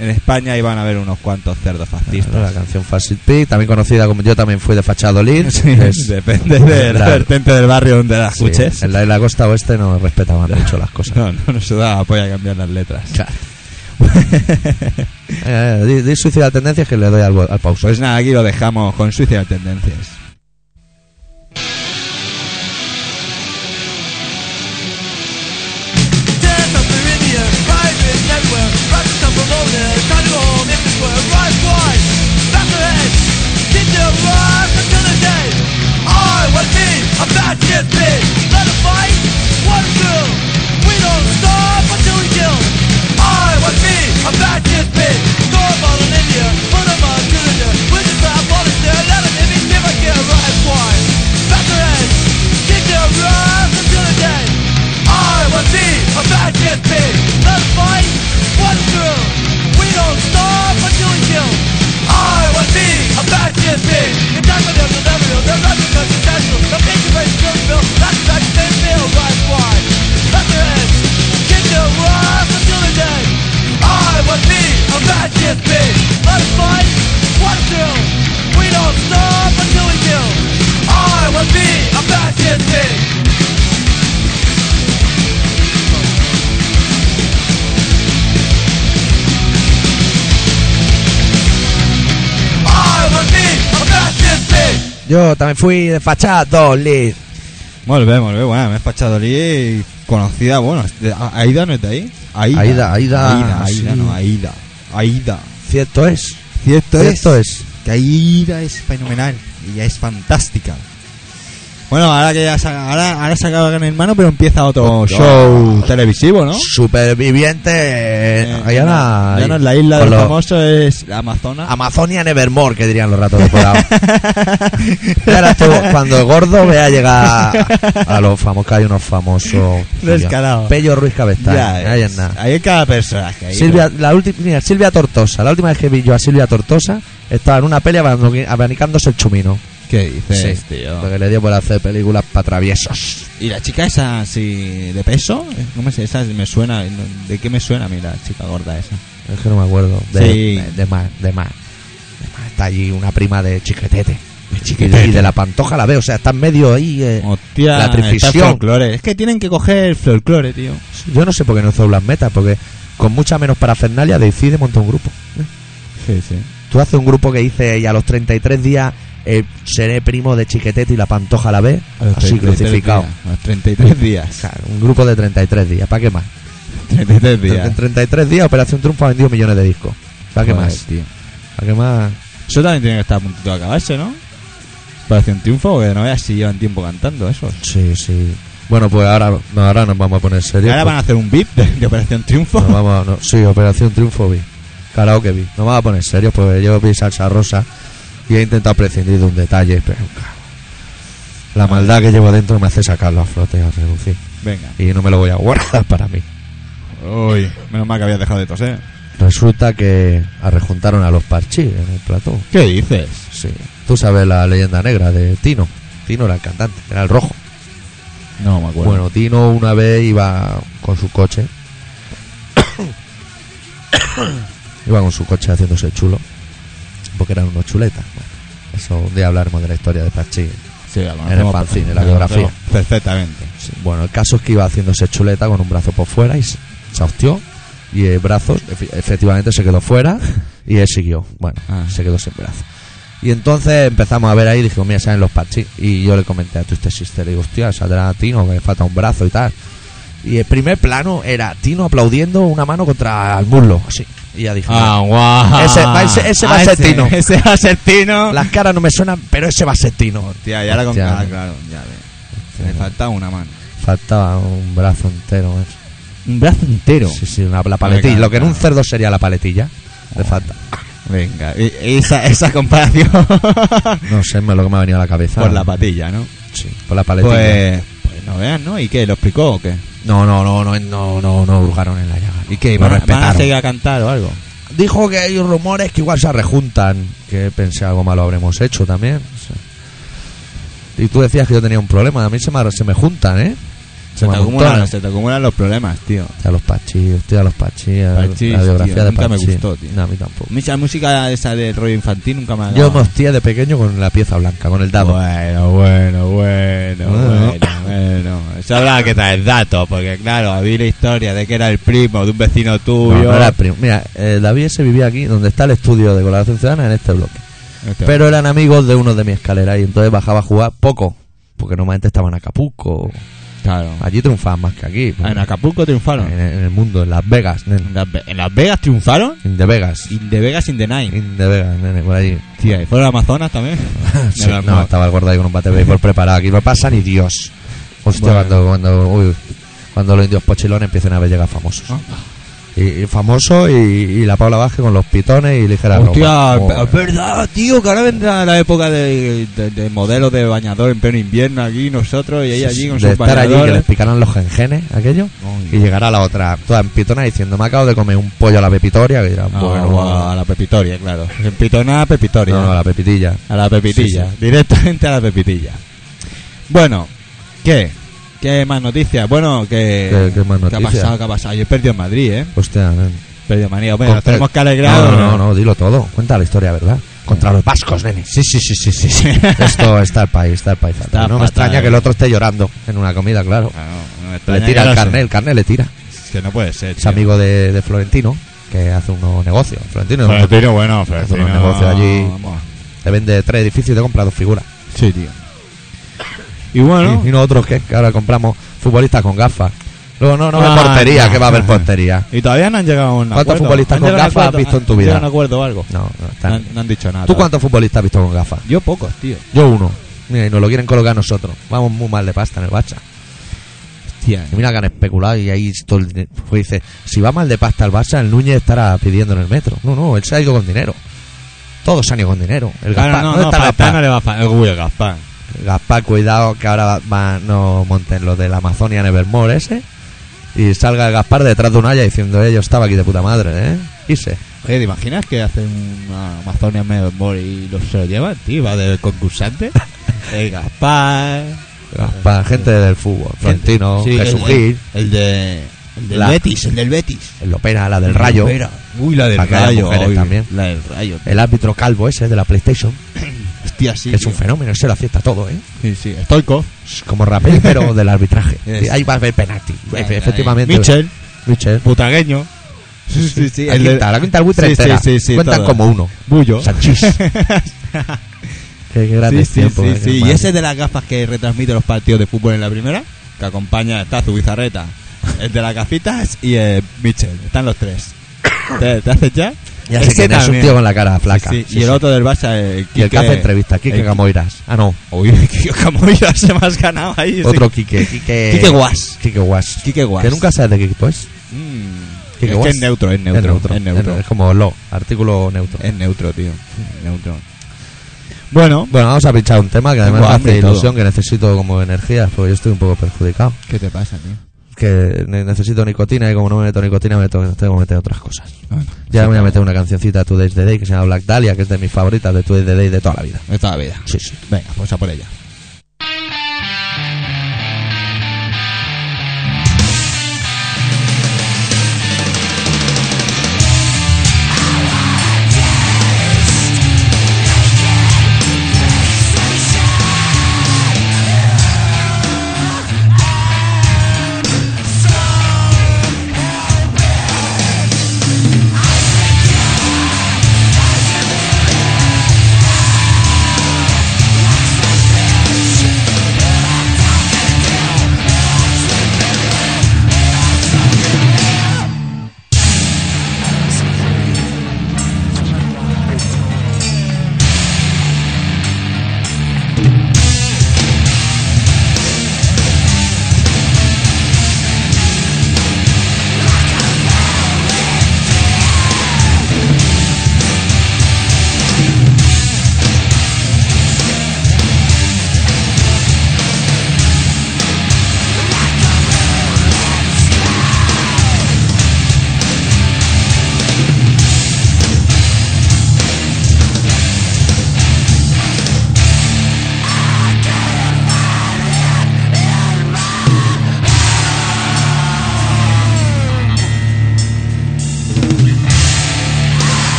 Speaker 1: en España iban a haber unos cuantos cerdos
Speaker 2: Claro, La
Speaker 1: fascistas.
Speaker 2: canción Fast Pick, también conocida como yo también fui de Fachadolid.
Speaker 1: Sí,
Speaker 2: Es-
Speaker 1: depende de la
Speaker 2: Claro.
Speaker 1: vertente del barrio donde la
Speaker 2: sí,
Speaker 1: escuches.
Speaker 2: en la, en la costa oeste no respetaban mucho las cosas.
Speaker 1: No, no nos sudaba polla cambiar las letras.
Speaker 2: Claro. Eh, di, di suicida tendencias que le doy al, bo- al pausa.
Speaker 1: Pues nada, aquí lo dejamos con Suicidal Tendencias.
Speaker 2: Yo también fui de fachado, Liz.
Speaker 1: Molt bé, molt bé, bueno, m'he espatxat allí i conocida, bueno, de- A- Aida no és d'ahí? Aida,
Speaker 2: Aida, Aida,
Speaker 1: Aida, Aida,
Speaker 2: sí.
Speaker 1: no, Aida, Aida.
Speaker 2: Cierto es.
Speaker 1: Cierto,
Speaker 2: Cierto
Speaker 1: es,
Speaker 2: es.
Speaker 1: que Aida es fenomenal y es fantástica. Bueno, ahora que ya se, ahora, ahora se acaba Gran Hermano, pero empieza otro
Speaker 2: Otro.
Speaker 1: show televisivo, ¿no?
Speaker 2: Superviviente.
Speaker 1: Eh,
Speaker 2: allá en la,
Speaker 1: ya no es la isla de
Speaker 2: con
Speaker 1: los
Speaker 2: los-
Speaker 1: famosos, es Amazonas.
Speaker 2: Amazonia Nevermore, que dirían los ratos de programa. Ya verás tú, cuando el gordo vea llegar a los famosos, que hay unos famosos.
Speaker 1: Descarado.
Speaker 2: Pello Ruiz Cabestany.
Speaker 1: Ya
Speaker 2: ahí
Speaker 1: es.
Speaker 2: en nada.
Speaker 1: Ahí es cada personaje. ahí.
Speaker 2: Silvia, la última, mira, Silvia Tortosa, la última vez que vi yo a Silvia Tortosa, estaba en una pelea abanicándose el chumino.
Speaker 1: ¿Qué dices,
Speaker 2: Sí,
Speaker 1: tío?
Speaker 2: Porque le dio por hacer películas para traviesos.
Speaker 1: ¿Y la chica esa así de peso? Eh, ¿Cómo es esa? Me suena. eh, ¿De qué me suena? Mira, la chica gorda esa.
Speaker 2: Es que no me acuerdo. De,
Speaker 1: Sí.
Speaker 2: de, de más, de más. De más. Está allí una prima de Chiquetete.
Speaker 1: Chiquetete.
Speaker 2: Y de la pantoja la veo, o sea, está en medio ahí. eh.
Speaker 1: Hostia,
Speaker 2: la
Speaker 1: está
Speaker 2: trifisión.
Speaker 1: folclore. Es que tienen que coger folclore, tío.
Speaker 2: Yo no sé por qué no hizo Black Metal, porque con mucha menos parafernalia decide montar un grupo. ¿eh?
Speaker 1: Sí, sí.
Speaker 2: Tú haces un grupo que dice, y a los 33 días eh, seré primo de Chiquetete y la pantoja la ve, así crucificado.
Speaker 1: Días, a los 33 días.
Speaker 2: Claro, un grupo de 33 días, ¿para qué más?
Speaker 1: 33
Speaker 2: En
Speaker 1: días. Pues
Speaker 2: 33 días Operación Triunfo ha vendido millones de discos. ¿Para qué
Speaker 1: Joder,
Speaker 2: más?
Speaker 1: tío.
Speaker 2: ¿Para qué más?
Speaker 1: Eso también tiene que estar a punto de acabarse, ¿no? Parece un triunfo, porque no veas si llevan tiempo cantando eso.
Speaker 2: Sí, sí. Bueno, pues ahora, no, ahora nos vamos a poner serios.
Speaker 1: Ahora van a hacer un beat de, de Operación Triunfo.
Speaker 2: porque nos vamos a- no, sí, Operación Triunfo vi. Karaoke vi. Nos vamos a poner serios porque yo vi salsa rosa y he intentado prescindir de un detalle, pero claro, la maldad que llevo dentro me hace sacarlo a flote y a reducir.
Speaker 1: Venga.
Speaker 2: Y no me lo voy a guardar para mí.
Speaker 1: Uy, menos mal que habías dejado de toser.
Speaker 2: Resulta que arrejuntaron a los parchís en el plató.
Speaker 1: ¿Qué dices?
Speaker 2: Sí. Tú sabes la leyenda negra de Tino. Tino era el cantante, era el rojo.
Speaker 1: No me acuerdo.
Speaker 2: Bueno. Tino una vez iba con su coche. iba con su coche haciéndose el chulo. Porque eran unos chuletas. Bueno, eso un día hablaremos de la historia de Pachi.
Speaker 1: sí, la
Speaker 2: en el
Speaker 1: conocemos,
Speaker 2: fanzine,
Speaker 1: la
Speaker 2: la biografía.
Speaker 1: conocemos Perfectamente.
Speaker 2: Sí, Bueno, el caso es que iba haciéndose el chuleta con un brazo por fuera y se se hostió. Y el brazo efe- efectivamente se quedó fuera y él siguió. Bueno,
Speaker 1: Ah.
Speaker 2: se quedó sin brazo. Y entonces empezamos a ver ahí y dijimos, mira, salen los parchís. Y yo le comenté a Twisted Sister, le digo, hostia, saldrá Tino, que le falta un brazo y tal. Y el primer plano era Tino aplaudiendo una mano contra el muslo, así. Y ya dije,
Speaker 1: Ah, guau.
Speaker 2: Ese va- ese- ese va a
Speaker 1: Ah,
Speaker 2: ser
Speaker 1: ese-
Speaker 2: Tino.
Speaker 1: Ese va a ser Tino.
Speaker 2: las caras no me suenan, pero ese va a ser Tino.
Speaker 1: Hostia, y ahora con
Speaker 2: Hostia.
Speaker 1: cara, claro, ya ve. Le falta una mano.
Speaker 2: Faltaba un brazo entero, macho.
Speaker 1: Un brazo entero.
Speaker 2: Sí, sí, una, la paletilla.
Speaker 1: Venga,
Speaker 2: Lo que en un
Speaker 1: venga. Oh.
Speaker 2: cerdo sería la paletilla. Le falta.
Speaker 1: Venga, e- esa, esa comparación.
Speaker 2: No sé, me lo que me ha venido a la cabeza.
Speaker 1: Por Pues la patilla, ¿no?
Speaker 2: Sí, por la paletilla.
Speaker 1: Pues, pues no vean, ¿no? ¿Y qué? ¿Lo explicó o qué?
Speaker 2: No, no, no, no, no, no, no hurgaron en la llaga. no.
Speaker 1: ¿Y qué?
Speaker 2: Lo
Speaker 1: ¿Van, a- van a
Speaker 2: respetaron.
Speaker 1: seguir a cantar o algo?
Speaker 2: Dijo que hay rumores que igual se rejuntan. Que pensé algo malo habremos hecho también. O sea. Y tú decías que yo tenía un problema. A mí se me, se me juntan, ¿eh?
Speaker 1: Se te,
Speaker 2: me
Speaker 1: acumulan,
Speaker 2: amontonan.
Speaker 1: se te acumulan los problemas, tío.
Speaker 2: A los pachis, hostia, a los pachis. a-
Speaker 1: Parchís,
Speaker 2: la biografía
Speaker 1: tío,
Speaker 2: de
Speaker 1: nunca me
Speaker 2: Parchís.
Speaker 1: gustó, tío.
Speaker 2: No, a mí tampoco.
Speaker 1: Pues Mucha música esa del rollo infantil nunca me ha
Speaker 2: Yo me
Speaker 1: acabado.
Speaker 2: hostía de pequeño con la pieza blanca, con el dado.
Speaker 1: Bueno, bueno, bueno,
Speaker 2: Bueno.
Speaker 1: bueno, bueno. Eso habrá que traer datos, porque claro, había la historia de que era el primo de un vecino
Speaker 2: No,
Speaker 1: tuyo.
Speaker 2: no era el primo. Mira, eh, David se vivía aquí, donde está el estudio de colaboración ciudadana, en este bloque.
Speaker 1: Este-
Speaker 2: Pero eran amigos de uno de mi escalera y entonces bajaba a jugar poco, porque normalmente estaban en Acapulco.
Speaker 1: claro. Ah,
Speaker 2: Allí triunfaban más que aquí. porque-
Speaker 1: En Acapulco triunfaron.
Speaker 2: en, en el mundo, en Las Vegas,
Speaker 1: En
Speaker 2: nene.
Speaker 1: Las, Ve- en Las Vegas triunfaron.
Speaker 2: In the Vegas.
Speaker 1: In the Vegas, in the night.
Speaker 2: In the Vegas, nene, por allí.
Speaker 1: Tía, y fueron a Amazonas también.
Speaker 2: Sí,
Speaker 1: En el
Speaker 2: no,
Speaker 1: Alcor-
Speaker 2: estaba el gordo ahí con un bate de béisbol preparado. Aquí no pasa ni Dios. Hostia,
Speaker 1: Bueno.
Speaker 2: cuando, cuando, uy, cuando los indios pochilones empiecen a ver llegar famosos.
Speaker 1: Ah.
Speaker 2: Y, y famoso y, y la Paula Vázquez con los pitones y ligera
Speaker 1: Hostia,
Speaker 2: ropa.
Speaker 1: es
Speaker 2: Joder.
Speaker 1: verdad, tío, que ahora vendrá la época de, de, de modelos de bañador en pleno invierno aquí nosotros y ella allí con
Speaker 2: de
Speaker 1: sus
Speaker 2: estar allí que
Speaker 1: bañadores.
Speaker 2: les picaran los gengenes aquello
Speaker 1: Ay.
Speaker 2: y llegará la otra toda en pitona diciendo me acabo de comer un pollo a la pepitoria que dirá,
Speaker 1: Ah,
Speaker 2: bueno
Speaker 1: guau, a la pepitoria, claro. En Pitona, pepitoria.
Speaker 2: no, no, a la pepitilla
Speaker 1: A la pepitilla,
Speaker 2: Sí,
Speaker 1: directamente a la pepitilla. Bueno, ¿qué? ¿Qué más noticias? Bueno, que
Speaker 2: ¿Qué- qué más
Speaker 1: ha
Speaker 2: noticias?
Speaker 1: pasado? ¿Qué ha pasado? Yo he perdido en Madrid, ¿eh?
Speaker 2: hostia nen.
Speaker 1: Perdido en Madrid. Bueno, nos
Speaker 2: Contra-
Speaker 1: tenemos que alegrar.
Speaker 2: no, no, no, no, dilo todo cuenta la historia verdad contra los vascos nene
Speaker 1: Sí, sí, sí, sí, sí. sí.
Speaker 2: esto está el país está el país fatal. no
Speaker 1: fatal.
Speaker 2: me extraña que el otro esté llorando en una comida claro
Speaker 1: Ah, no, no me
Speaker 2: le
Speaker 1: extraña
Speaker 2: tira
Speaker 1: que
Speaker 2: el
Speaker 1: no
Speaker 2: carnet el carnet le tira
Speaker 1: se- Que no puede ser.
Speaker 2: es
Speaker 1: tío.
Speaker 2: amigo de, de Florentino que hace unos negocios Florentino es un-
Speaker 1: Florentino, bueno, Florentino.
Speaker 2: unos negocios allí.
Speaker 1: Vamos.
Speaker 2: te vende tres edificios y te compra dos figuras
Speaker 1: Sí, tío. Y bueno,
Speaker 2: Y, y nosotros que que ahora compramos futbolistas con gafas. Luego no, no ve
Speaker 1: Ah,
Speaker 2: portería,
Speaker 1: no.
Speaker 2: que va a haber portería.
Speaker 1: y todavía no han llegado a un
Speaker 2: ¿Cuántos
Speaker 1: acuerdo.
Speaker 2: futbolistas
Speaker 1: ¿Han
Speaker 2: con
Speaker 1: llegado a un
Speaker 2: gafas has
Speaker 1: acuerdo?
Speaker 2: visto en tu
Speaker 1: ¿Han
Speaker 2: vida?
Speaker 1: llegado a un acuerdo o algo?
Speaker 2: No, no
Speaker 1: No,
Speaker 2: está.
Speaker 1: han- no han dicho nada.
Speaker 2: ¿Tú
Speaker 1: todavía.
Speaker 2: cuántos futbolistas has visto con gafas?
Speaker 1: Yo pocos, tío.
Speaker 2: Yo uno. Mira, y nos lo quieren colocar a nosotros. Vamos muy mal de pasta en el Bacha.
Speaker 1: Hostia.
Speaker 2: Y mira que han especulado y ahí todo el dinero. Pues dice, si va mal de pasta el Barça, el Núñez estará pidiendo en el metro. No, no, él se ha ido con dinero. Todos se han ido con dinero. El
Speaker 1: Claro,
Speaker 2: Gaspar,
Speaker 1: no,
Speaker 2: ¿dónde
Speaker 1: no,
Speaker 2: está
Speaker 1: Gaspar
Speaker 2: Gaspar?
Speaker 1: no le va a fa- Uy, el Gaspar.
Speaker 2: Gaspar, cuidado que ahora va- va- no monten lo del Amazonia Nevermore ese. Y salga Gaspar detrás de un haya diciendo, eh, yo estaba aquí de puta madre, ¿eh? Irse.
Speaker 1: Oye, ¿te imaginas que hacen una Amazonia Memory y los se lo llevan, tío? Va de concursante. El Gaspar.
Speaker 2: Gaspar, gente del fútbol. Florentino,
Speaker 1: Sí,
Speaker 2: Jesús
Speaker 1: el,
Speaker 2: Gil,
Speaker 1: El, el de. El del
Speaker 2: La-
Speaker 1: Betis, el del Betis.
Speaker 2: el Lopera, la del Rayo,
Speaker 1: Espera. Uy, la del
Speaker 2: Para que haya
Speaker 1: Rayo.
Speaker 2: mujeres
Speaker 1: oye,
Speaker 2: también. Eh,
Speaker 1: La del Rayo.
Speaker 2: el árbitro calvo ese de la PlayStation,
Speaker 1: Hostia, sí.
Speaker 2: que es un
Speaker 1: tío.
Speaker 2: fenómeno, se lo acierta todo, ¿eh?
Speaker 1: Sí, sí. Estoico.
Speaker 2: Es pues, como rapel, pero del arbitraje.
Speaker 1: Es.
Speaker 2: Ahí va a haber penalti. Efe- Efectivamente.
Speaker 1: Mitchell,
Speaker 2: Mitchell.
Speaker 1: putagueño. Sí, sí, sí.
Speaker 2: La
Speaker 1: el de-
Speaker 2: quinta, la quinta del buitre
Speaker 1: Sí, sí,
Speaker 2: entera.
Speaker 1: sí, sí,
Speaker 2: Cuentan
Speaker 1: toda.
Speaker 2: como uno.
Speaker 1: Bullo.
Speaker 2: Sanchís. Qué
Speaker 1: Sí,
Speaker 2: grandes
Speaker 1: sí,
Speaker 2: tiempos.
Speaker 1: sí,
Speaker 2: eh,
Speaker 1: sí. Y
Speaker 2: madre.
Speaker 1: ese de las gafas que retransmite los partidos de fútbol en la primera, que acompaña está tu bizarreta, el de las gafitas y el Mitchell. Están los tres. ¿Te, te haces ya?
Speaker 2: Ya sé
Speaker 1: Ese
Speaker 2: quién es un
Speaker 1: también.
Speaker 2: tío con la cara
Speaker 1: Sí,
Speaker 2: flaca.
Speaker 1: sí.
Speaker 2: Sí,
Speaker 1: y el
Speaker 2: sí.
Speaker 1: otro del Barça, el
Speaker 2: Y el que
Speaker 1: Quique-
Speaker 2: hace entrevistas, Quique
Speaker 1: el-
Speaker 2: Gamoiras. Ah, no.
Speaker 1: Uy, Quique Camoira se me has ganado ahí. sí.
Speaker 2: Otro Quique. Quique,
Speaker 1: Quique Guas.
Speaker 2: Quique Guas.
Speaker 1: Quique Guas.
Speaker 2: Que nunca sabes de qué equipo es.
Speaker 1: Mm.
Speaker 2: Quique
Speaker 1: es que
Speaker 2: Guas.
Speaker 1: es neutro, es neutro. Es neutro.
Speaker 2: Es como lo, artículo neutro.
Speaker 1: Es neutro, tío. Neutro. Bueno,
Speaker 2: Bueno, vamos a pinchar un tema que además
Speaker 1: Tengo
Speaker 2: me
Speaker 1: hambre
Speaker 2: hace
Speaker 1: y todo.
Speaker 2: ilusión, que necesito como energía, porque yo estoy un poco perjudicado.
Speaker 1: ¿qué te pasa, tío?
Speaker 2: Que ne- necesito nicotina y como no me meto nicotina, me tengo, tengo que meter otras cosas.
Speaker 1: Ah,
Speaker 2: Ya me voy a meter una cancioncita Two Days the Day que se llama Black Dahlia, que es de mis favoritas de Two Days the Day de toda la vida.
Speaker 1: Esta es la vida.
Speaker 2: Sí, sí.
Speaker 1: Venga, pues a por ella.
Speaker 4: Yeah.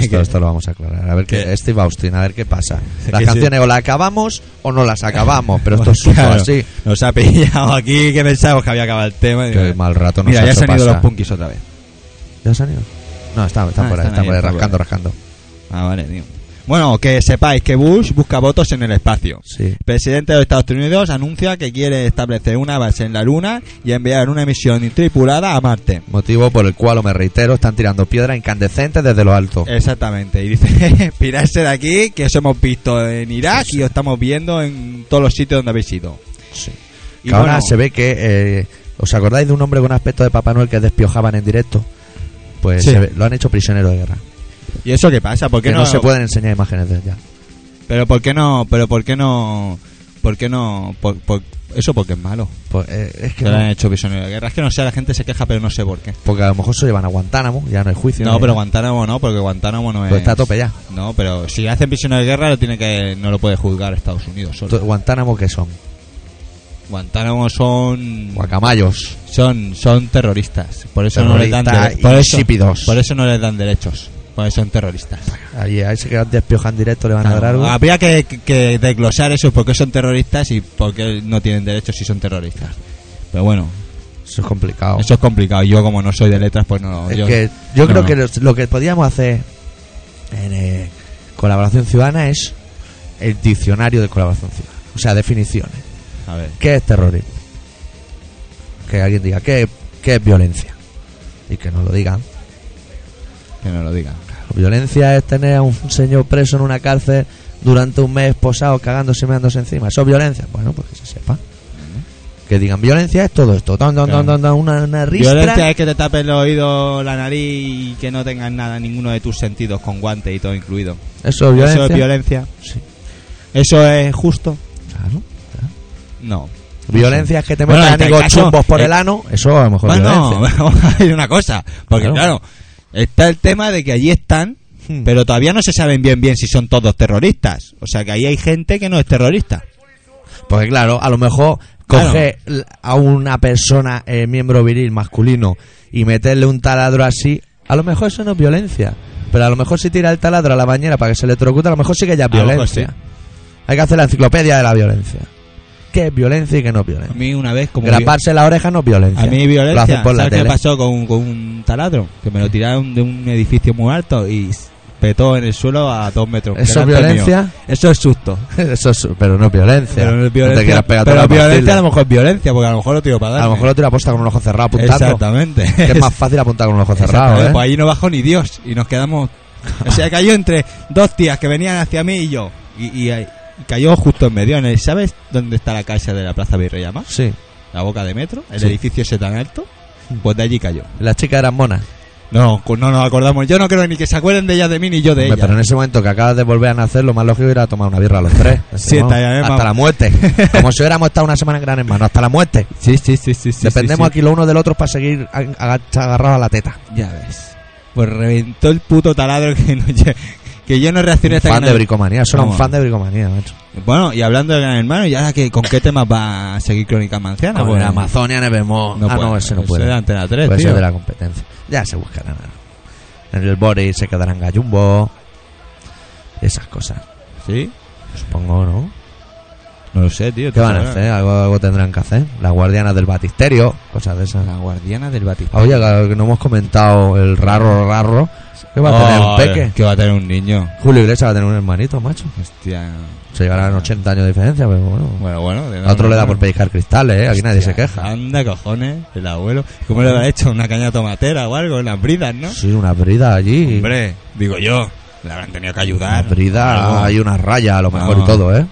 Speaker 2: Esto, esto lo vamos a aclarar. A ver qué,
Speaker 1: ¿Qué?
Speaker 2: Steve Austin, a ver qué pasa.
Speaker 1: Es
Speaker 2: Las
Speaker 1: que sí.
Speaker 2: canciones o las acabamos o no las acabamos, pero esto es susto
Speaker 1: Pues Claro,
Speaker 2: así.
Speaker 1: Nos ha pillado aquí que pensábamos que había acabado el tema. y
Speaker 2: Qué
Speaker 1: digo,
Speaker 2: mal rato nos
Speaker 1: Mira,
Speaker 2: ha
Speaker 1: ya
Speaker 2: hecho
Speaker 1: se han ido
Speaker 2: pasar.
Speaker 1: los punkis otra vez.
Speaker 2: ¿Ya se han ido? No, están, están
Speaker 1: Ah,
Speaker 2: por ahí,
Speaker 1: están
Speaker 2: están
Speaker 1: ahí,
Speaker 2: por ahí,
Speaker 1: están por ahí.
Speaker 2: rascando, rascando.
Speaker 1: Ah, vale, tío. Bueno, que sepáis que Bush busca votos en el espacio.
Speaker 2: Sí.
Speaker 1: El presidente de los Estados Unidos anuncia que quiere establecer una base en la Luna y enviar una misión tripulada a Marte.
Speaker 2: Motivo por el cual, o me reitero, están tirando piedras incandescentes desde lo alto.
Speaker 1: Eh. Exactamente, y dice, pirarse de aquí, que os hemos visto en Irak y os estamos viendo en todos los sitios donde habéis ido.
Speaker 2: Sí.
Speaker 1: Y
Speaker 2: Que ahora
Speaker 1: bueno,
Speaker 2: se ve que. eh, ¿Os acordáis de un hombre con aspecto de Papá Noel que despiojaban en directo? Pues
Speaker 1: Sí.
Speaker 2: se ve- lo han hecho prisionero de guerra.
Speaker 1: ¿Y eso qué pasa? ¿Por qué
Speaker 2: Que no,
Speaker 1: no,
Speaker 2: se pueden enseñar imágenes de él ya.
Speaker 1: Pero ¿por qué no? Pero ¿por qué no? ¿Por qué no? por- por- eso porque es malo.
Speaker 2: Pues, eh, es
Speaker 1: Que
Speaker 2: que
Speaker 1: le
Speaker 2: no,
Speaker 1: han hecho prisionero de guerra. Es que no sé, la gente se queja, pero no sé por qué.
Speaker 2: porque a lo mejor se llevan a Guantánamo, ya no hay juicio.
Speaker 1: No,
Speaker 2: hay
Speaker 1: pero
Speaker 2: nada.
Speaker 1: Guantánamo no, porque Guantánamo no es.
Speaker 2: Pero está a tope ya.
Speaker 1: No, pero si hacen prisionero de guerra, lo tiene que no lo puede juzgar Estados Unidos
Speaker 2: Entonces,
Speaker 1: solo.
Speaker 2: Guantánamo, ¿qué son?
Speaker 1: Guantánamo son
Speaker 2: Guacamayos.
Speaker 1: son son terroristas, por eso no les dan
Speaker 2: Terroristas
Speaker 1: dere- por eso,
Speaker 2: insípidos.
Speaker 1: por eso no les dan derechos, porque son terroristas.
Speaker 2: Ahí, ahí se quedan despiojan directo, le van a dar
Speaker 1: Claro, Ah,
Speaker 2: algo.
Speaker 1: habría que, que desglosar eso porque son terroristas y porque no tienen derechos si son terroristas. Pero bueno,
Speaker 2: Eso es complicado.
Speaker 1: eso es complicado. Yo como no soy de letras, pues no.
Speaker 2: Oh. Es
Speaker 1: yo,
Speaker 2: que yo
Speaker 1: no,
Speaker 2: creo
Speaker 1: no.
Speaker 2: que los- lo que podíamos hacer en eh, colaboración ciudadana es el diccionario de colaboración ciudadana. O sea, definiciones.
Speaker 1: A ver,
Speaker 2: ¿Qué es terrorismo? Que alguien diga, ¿qué, qué es violencia? Y que nos lo digan.
Speaker 1: que no lo digan.
Speaker 2: Violencia es tener a un señor preso en una cárcel durante un mes posado, cagándose y meándose encima. ¿Eso es violencia? Bueno, pues que se sepa. Que digan, violencia es todo esto. Don, don, don, don, don, una, una ristra.
Speaker 1: Violencia es que te tapes los oídos, la nariz y que no tengas nada, ninguno de tus sentidos con guante y todo incluido.
Speaker 2: Eso es violencia.
Speaker 1: Eso es violencia.
Speaker 2: Sí.
Speaker 1: Eso es justo.
Speaker 2: Claro, claro.
Speaker 1: No.
Speaker 2: Violencia es que te
Speaker 1: Bueno,
Speaker 2: metan
Speaker 1: en este
Speaker 2: amigos
Speaker 1: caso,
Speaker 2: chumbos por
Speaker 1: eh,
Speaker 2: el ano. Eso a lo mejor es
Speaker 1: Bueno,
Speaker 2: violencia.
Speaker 1: vamos a decir una cosa, porque
Speaker 2: Claro.
Speaker 1: claro, está el tema de que allí están,
Speaker 2: Hmm.
Speaker 1: eh, pero todavía no se saben bien bien si son todos terroristas. O sea que ahí hay gente que no es terrorista.
Speaker 2: Porque claro, a lo mejor
Speaker 1: Claro.
Speaker 2: coge l- a una persona eh, miembro viril masculino y meterle un taladro así, a lo mejor eso no es violencia. Pero a lo mejor si tira el taladro a la bañera para que se electrocute, a lo mejor sí que ya es
Speaker 1: A lo mejor
Speaker 2: violencia. Hay que hacer la enciclopedia de la violencia. ¿Qué es violencia y qué no es
Speaker 1: A
Speaker 2: violencia?
Speaker 1: mí una vez como
Speaker 2: Graparse la oreja no es violencia.
Speaker 1: a mí
Speaker 2: Lo
Speaker 1: violencia,
Speaker 2: hacen por la
Speaker 1: ¿sabes qué
Speaker 2: tele.
Speaker 1: pasó con, con un taladro? Que me lo tiraron de un edificio muy alto y s- petó en el suelo a dos metros.
Speaker 2: ¿Eso es
Speaker 1: delante mío.
Speaker 2: violencia?
Speaker 1: Eso es susto.
Speaker 2: Eso es- pero no es violencia.
Speaker 1: Pero no es violencia.
Speaker 2: No te quieras pegar
Speaker 1: Pero
Speaker 2: toda la
Speaker 1: violencia a
Speaker 2: pastilla.
Speaker 1: lo mejor es violencia, porque a lo mejor lo tiro para
Speaker 2: a
Speaker 1: darme.
Speaker 2: lo mejor lo tira posta con un ojo cerrado apuntando.
Speaker 1: Exactamente.
Speaker 2: Que es más fácil apuntar con un ojo cerrado,
Speaker 1: Exactamente,
Speaker 2: ¿eh?
Speaker 1: Pues ahí no bajó ni Dios y nos quedamos. O sea, cayó entre dos tías que venían hacia mí y yo. Y, y ahí- y cayó justo en medio. En el- ¿Sabes dónde está la casa de la Plaza Virreyama?
Speaker 2: Sí.
Speaker 1: La boca de metro, el
Speaker 2: Sí.
Speaker 1: edificio ese tan alto. Pues de allí cayó.
Speaker 2: Las chicas eran monas.
Speaker 1: No, cu- no nos acordamos. Yo no creo ni que se acuerden de ella de mí ni yo de
Speaker 2: Hombre,
Speaker 1: ella.
Speaker 2: Pero en ese momento que acabas de volver a nacer, lo más lógico era tomar una birra a los tres.
Speaker 1: Sí,
Speaker 2: Vamos,
Speaker 1: está bien,
Speaker 2: hasta
Speaker 1: vamos.
Speaker 2: la muerte. Como si hubiéramos estado una semana en Gran Hermano, hasta la muerte.
Speaker 1: Sí, sí, sí, sí. sí,
Speaker 2: Dependemos
Speaker 1: sí,
Speaker 2: aquí lo uno del otro para seguir ag- aga- agarrados a la teta.
Speaker 1: sí. Ya ves. Pues reventó el puto taladro que, no lle- que yo no reaccioné
Speaker 2: Un
Speaker 1: hasta
Speaker 2: fan
Speaker 1: que
Speaker 2: de
Speaker 1: no-
Speaker 2: bricomanía, eso era un
Speaker 1: Vamos. Ah,
Speaker 2: fan de bricomanía, macho.
Speaker 1: Bueno, y hablando de Gran Hermano, ¿y ahora qué, con qué temas va a seguir Crónica Pues, Manciana?
Speaker 2: Ah, Bueno,
Speaker 1: Bueno,
Speaker 2: Amazonia, Nevemos. ah, no, ese no puede.
Speaker 1: de Antena 3,
Speaker 2: Puede
Speaker 1: tío.
Speaker 2: ser de la competencia. Ya se buscarán. algo. En el Boris se quedarán gallumbo. Esas cosas.
Speaker 1: ¿Sí?
Speaker 2: Supongo, ¿no?
Speaker 1: No lo sé, tío.
Speaker 2: ¿Qué van a hacer? Algo, algo tendrán que hacer. Las guardianas del batisterio, cosas de esas.
Speaker 1: La guardiana del Vaticano.
Speaker 2: Oye, que no hemos comentado el raro raro. ¿Qué va a tener un peque?
Speaker 1: Que va a tener un niño.
Speaker 2: Julio Iglesias va a tener un hermanito, macho.
Speaker 1: Hostia.
Speaker 2: Se llevarán 80 años de diferencia, pero bueno.
Speaker 1: Bueno, bueno. de
Speaker 2: a otro le da
Speaker 1: nada,
Speaker 2: por
Speaker 1: bueno.
Speaker 2: pellizcar cristales, ¿eh? Aquí nadie se
Speaker 1: Hostia,
Speaker 2: queja.
Speaker 1: Anda, cojones, el abuelo. ¿Cómo le habrá hecho? ¿Una caña tomatera o algo? En las bridas, ¿no?
Speaker 2: Sí, una brida allí.
Speaker 1: Hombre, digo yo. Le habrán tenido que
Speaker 2: una
Speaker 1: ayudar.
Speaker 2: brida,
Speaker 1: Algo.
Speaker 2: hay una raya a lo mejor
Speaker 1: No.
Speaker 2: y todo, ¿eh?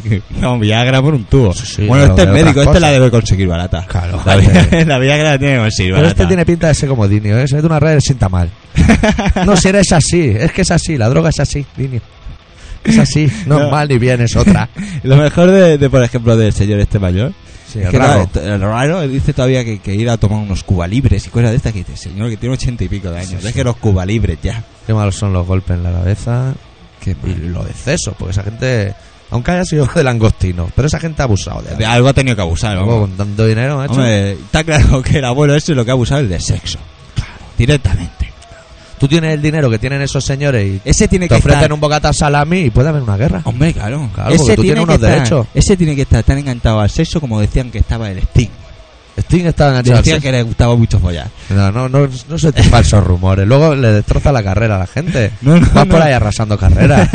Speaker 1: No, Viagra por un tubo.
Speaker 2: Sí, sí,
Speaker 1: bueno,
Speaker 2: pero
Speaker 1: este es
Speaker 2: de otras
Speaker 1: médico, este
Speaker 2: cosas.
Speaker 1: la debe conseguir barata.
Speaker 2: Claro,
Speaker 1: La,
Speaker 2: joder.
Speaker 1: Vi- la Viagra la tiene que conseguir
Speaker 2: Pero
Speaker 1: barata.
Speaker 2: este tiene pinta de ser como Dinio, ¿eh? Se mete una raya y le sienta mal. No, si eres así, es que es así, la droga es así, Dinio. Es así, no,
Speaker 1: No.
Speaker 2: es mal ni bien, es otra.
Speaker 1: Lo mejor de, de, por ejemplo, del señor este mayor
Speaker 2: Sí,
Speaker 1: Es
Speaker 2: el
Speaker 1: que
Speaker 2: raro.
Speaker 1: nada, el raro dice todavía que, que ir a tomar unos cuba libres y cosas de estas que dice, señor, que tiene ochenta y pico de años,
Speaker 2: Sí, sí.
Speaker 1: deje los cuba libres ya.
Speaker 2: Qué malos son los golpes en la cabeza. Que,
Speaker 1: Ah.
Speaker 2: y los excesos, porque esa gente, aunque haya sido de langostino, pero esa gente ha abusado de,
Speaker 1: De algo ha tenido que abusar,
Speaker 2: algo
Speaker 1: vamos.
Speaker 2: con tanto dinero, macho.
Speaker 1: Hombre, está claro que el abuelo ese lo que ha abusado es de sexo. Directamente.
Speaker 2: Tú tienes el dinero que tienen esos señores y
Speaker 1: Ese tiene
Speaker 2: te
Speaker 1: que
Speaker 2: ofrecen
Speaker 1: estar.
Speaker 2: un bocata salami y puede haber una guerra.
Speaker 1: Hombre, claro.
Speaker 2: Claro, porque tú tienes
Speaker 1: que
Speaker 2: unos
Speaker 1: estar-
Speaker 2: derechos.
Speaker 1: Ese tiene que estar tan enganchado al sexo como decían que estaba el Sting.
Speaker 2: Sting está enganchado al
Speaker 1: Decían
Speaker 2: sexo.
Speaker 1: que le gustaba mucho follar.
Speaker 2: No, no, no, no se te falsos rumores. Luego le destroza la carrera a la gente.
Speaker 1: No, no,
Speaker 2: Vas
Speaker 1: no.
Speaker 2: por ahí arrasando carreras.